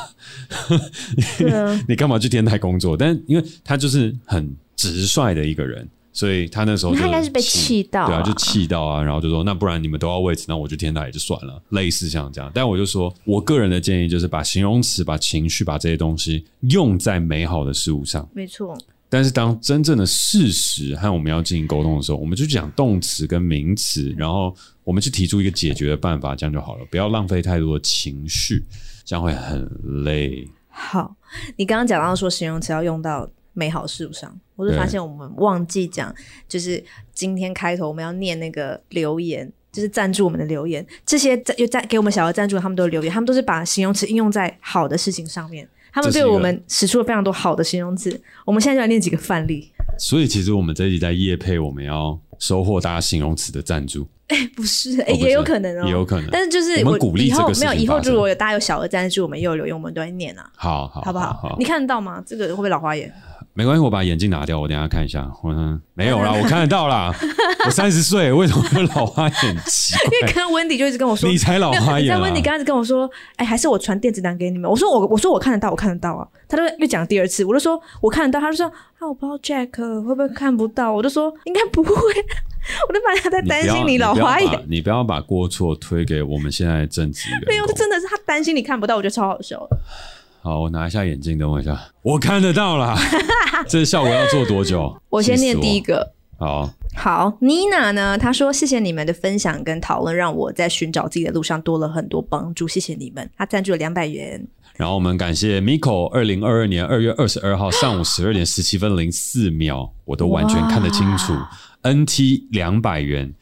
Speaker 3: 对啊，
Speaker 2: 你干嘛去天台工作？但因为他就是很直率的一个人，所以他那时候就
Speaker 3: 他应该是被气到啊
Speaker 2: 对啊，就气到啊，然后就说那不然你们都要位置，那我去天台也就算了，类似像这样。但我就说我个人的建议就是把形容词、把情绪、把这些东西用在美好的事物上。
Speaker 3: 没错，
Speaker 2: 但是当真正的事实和我们要进行沟通的时候，我们就讲动词跟名词，然后我们去提出一个解决的办法，这样就好了，不要浪费太多的情绪，这样会很累。
Speaker 3: 好，你刚刚讲到说形容词要用到美好事物上，我就发
Speaker 2: 对
Speaker 3: 现我们忘记讲，就是今天开头我们要念那个留言，就是赞助我们的留言，这些赞又赞给我们小额赞助，他们都有留言，他们都是把形容词应用在好的事情上面。他们
Speaker 2: 这
Speaker 3: 对
Speaker 2: 是一个
Speaker 3: 我们使出了非常多好的形容词，我们现在就来念几个范例。
Speaker 2: 所以其实我们这一集在夜配，我们要收获大家形容词的赞助，
Speaker 3: 不是，哎、
Speaker 2: 哦不是
Speaker 3: 也有可能哦、
Speaker 2: 也有可能。
Speaker 3: 但是就是
Speaker 2: 我们鼓励
Speaker 3: 以
Speaker 2: 这
Speaker 3: 后
Speaker 2: 个事
Speaker 3: 没有
Speaker 2: 情
Speaker 3: 以后，
Speaker 2: 发生
Speaker 3: 如果有大家有小额赞助，我们也有留言，我们都会念啊，
Speaker 2: 好好
Speaker 3: 好不好？
Speaker 2: 好哎
Speaker 3: 你，看得到吗？这个会不会老花眼？
Speaker 2: 没关系，我把眼镜拿掉，我等一下看一下。我嗯没有啦，我看得到啦。我三十岁，为什么会老花眼？奇
Speaker 3: 因为刚刚温迪就一直跟我 说
Speaker 2: 怪，你，才老 花
Speaker 3: 你知
Speaker 2: 眼
Speaker 3: 道
Speaker 2: 啊
Speaker 3: 温迪！刚开始跟我说，哎、还是我传电子档给你们。我说我我说我看得到，我看得到啊。他就又讲第二次，我就说我看得到，他就说啊，我不知道 Jack 会不会看不到，我就说应该不会，我就本来在
Speaker 2: 你
Speaker 3: 担
Speaker 2: 不要
Speaker 3: 心老花眼，，
Speaker 2: 你不要把你不要把过错推给我们现在的正职员 工。
Speaker 3: 没有，真的是他担心你看不到，我觉得超好笑的。
Speaker 2: 好，我拿一下眼镜，等我一下，我看得到 啦。这效果要做多久？
Speaker 3: 我先念第一
Speaker 2: 个。
Speaker 3: 个，
Speaker 2: 好，
Speaker 3: 好，Nina 呢？她说：“谢谢你们的分享跟讨论，让我在寻找自己的路上多了很多帮助。谢谢你们。”她赞助了两百元，
Speaker 2: 然后我们感谢 Miko，二零二二年二月二十二号上午十二点十七分零四秒，我都完全看得清楚。NT 两百元，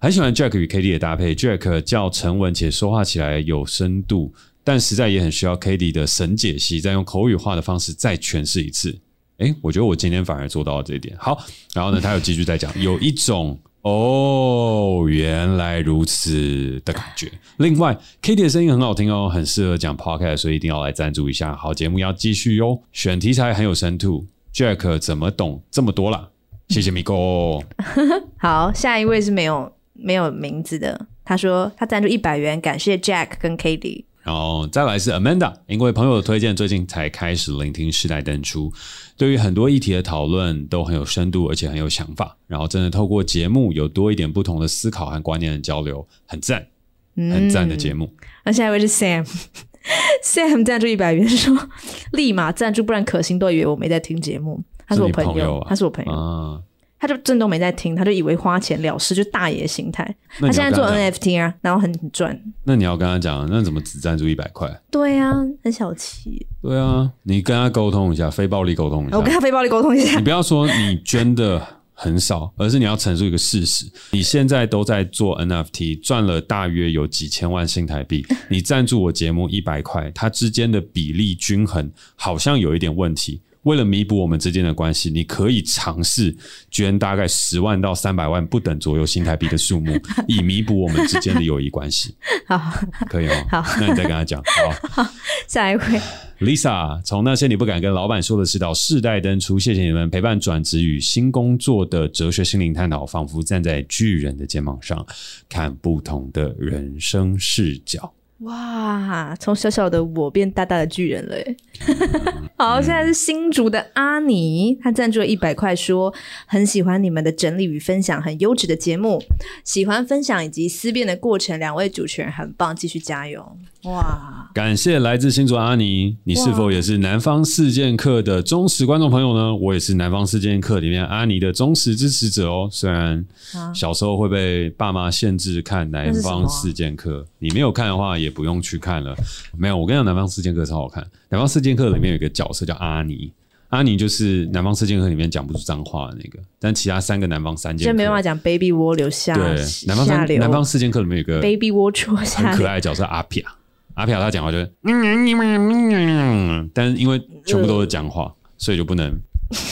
Speaker 2: 很喜欢 Jack 与 k a t i e 的搭配，Jack 较沉稳且说话起来有深度，但实在也很需要 k a t i e 的神解析，再用口语化的方式再诠释一次。诶，我觉得我今天反而做到了这一点。好，然后呢，他有继续在讲，有一种哦，原来如此的感觉。另外 k a t i e 的声音很好听哦，很适合讲 podcast，所以一定要来赞助一下。好，节目要继续哟，选题材很有深度。Jack 怎么懂这么多啦？谢谢 Miko。
Speaker 3: 好，下一位是没有没有名字的。她说她赞助一百元，感谢 Jack 跟 k a t i e
Speaker 2: 然后再来是 Amanda，因为朋友的推荐，最近才开始聆听世代登出，对于很多议题的讨论都很有深度，而且很有想法。然后真的透过节目有多一点不同的思考和观念的交流，很赞，很赞的节目。
Speaker 3: 那下一位是 Sam。Sam 赞助一百元说，立马赞助，不然可心都以为我没在听节目。他是我
Speaker 2: 是你
Speaker 3: 朋
Speaker 2: 朋友啊
Speaker 3: 他是我朋友，
Speaker 2: 啊，
Speaker 3: 他就真都没在听，他就以为花钱了事，就大爷心态。
Speaker 2: 那
Speaker 3: 他
Speaker 2: 你
Speaker 3: 现
Speaker 2: 要
Speaker 3: 在
Speaker 2: 跟
Speaker 3: 做
Speaker 2: 他讲，
Speaker 3: NFT 啊，然后很很赚。
Speaker 2: 那你要跟他讲，那怎么只赞助一百块？
Speaker 3: 对啊，很小气。
Speaker 2: 对啊，你跟他沟通一下，非暴力沟通一下。
Speaker 3: 我跟他非暴力沟通一下
Speaker 2: 你。不要说你捐的很少，而是你要陈述一个事实：你现在都在做 NFT，赚了大约有几千万新台币。你赞助我节目一百块，它之间的比例均衡好像有一点问题。为了弥补我们之间的关系，你可以尝试捐大概十万到三百万不等左右新台币的数目，以弥补我们之间的友谊关系，
Speaker 3: 好，
Speaker 2: 可以吗？好，那你再跟他讲。好，
Speaker 3: 下一位
Speaker 2: Lisa，从那些你不敢跟老板说的事到世代登出，谢谢你们陪伴转职与新工作的哲学心灵探讨，仿佛站在巨人的肩膀上看不同的人生视角。
Speaker 3: 哇，从小小的我变大大的巨人了耶！
Speaker 2: 嗯
Speaker 3: 好，现在是新竹的阿尼，他赞助了一百块说，很喜欢你们的整理与分享，很优质的节目，喜欢分享以及思辨的过程，两位主持人很棒，继续加油！哇，
Speaker 2: 感谢来自新竹阿尼，你是否也是南方四剑客的忠实观众朋友呢？我也是南方四剑客里面阿尼的忠实支持者哦。虽然小时候会被爸妈限制看南方四剑客，你没有看的话也不用去看了。没有，我跟你讲，南方四剑客超好看。南方四剑客里面有一个角色叫阿尼。阿尼就是《南方四剑客》里面讲不出脏话的那个，但其他三个南方三剑
Speaker 3: 真
Speaker 2: 客
Speaker 3: 没办法讲 baby 窝留下
Speaker 2: 对南方
Speaker 3: 下
Speaker 2: 三
Speaker 3: 流
Speaker 2: 南方四剑客里面有个
Speaker 3: baby 窝戳
Speaker 2: 很
Speaker 3: 下
Speaker 2: 可
Speaker 3: 流，
Speaker 2: 爱的角色阿皮亚，阿皮亚他讲话就是，但是因为全部都是讲话，所以就不能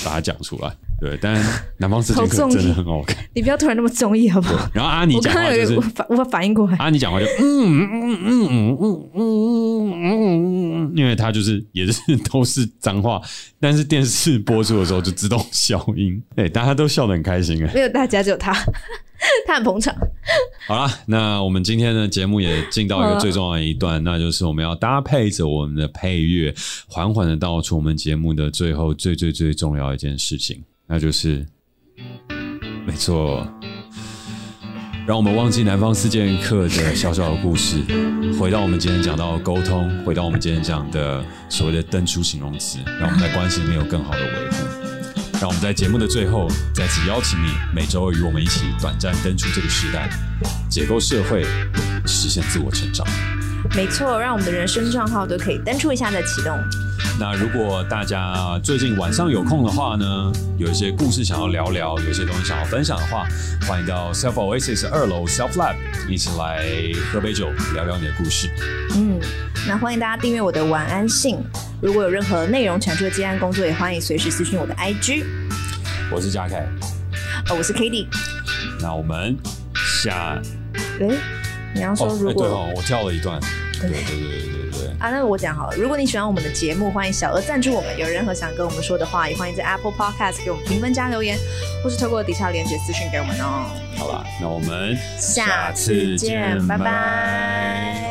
Speaker 2: 把它讲出来。对，但南方四剑客真的很好看。
Speaker 3: 你不要突然那么综艺好不好？
Speaker 2: 然后阿尼
Speaker 3: 我
Speaker 2: 讲
Speaker 3: 刚
Speaker 2: 话
Speaker 3: 刚
Speaker 2: 就
Speaker 3: 有一
Speaker 2: 是
Speaker 3: 个无法无法反应过来，
Speaker 2: 阿尼讲话就嗯嗯嗯嗯嗯嗯嗯嗯，因为他就是也是都是脏话，但是电视播出的时候就自动消音，对，大家都笑得很开心哎。
Speaker 3: 没有大家只有他， 他很捧场。
Speaker 2: 好啦，那我们今天的节目也进到一个最重要的一段，那就是我们要搭配着我们的配乐，缓缓的道出我们节目的最后最最最重要的一件事情，那就是，没错，让我们忘记南方四剑客的小小的故事，回到我们今天讲到的沟通，回到我们今天讲的所谓的登出形容词，让我们在关系里面有更好的维护。让我们在节目的最后再次邀请你，每周二与我们一起短暂登出这个时代，解构社会，实现自我成长。
Speaker 3: 没错，让我们的人生账号都可以登出一下再启动。
Speaker 2: 那如果大家最近晚上有空的话呢，有一些故事想要聊聊，有一些东西想要分享的话，欢迎到 Self Oasis 二楼 Self Lab 一起来喝杯酒，聊聊你的故事。
Speaker 3: 嗯，那欢迎大家订阅我的晚安信。如果有任何内容产出的接案工作，也欢迎随时私讯我的 IG。
Speaker 2: 我是嘉凯，
Speaker 3: 哦，我是 k a t i e
Speaker 2: 那我们下
Speaker 3: 哎，你要说
Speaker 2: 哦，
Speaker 3: 如
Speaker 2: 哎
Speaker 3: 果、
Speaker 2: 对哦，我跳了一段，对对对对对对。哦
Speaker 3: 啊，那我讲好了。如果你喜欢我们的节目，欢迎小额赞助我们。有任何想跟我们说的话，也欢迎在 Apple Podcast 给我们评分加留言，或是透过底下连接私讯给我们哦。
Speaker 2: 好啦，那我们
Speaker 3: 下次见，拜拜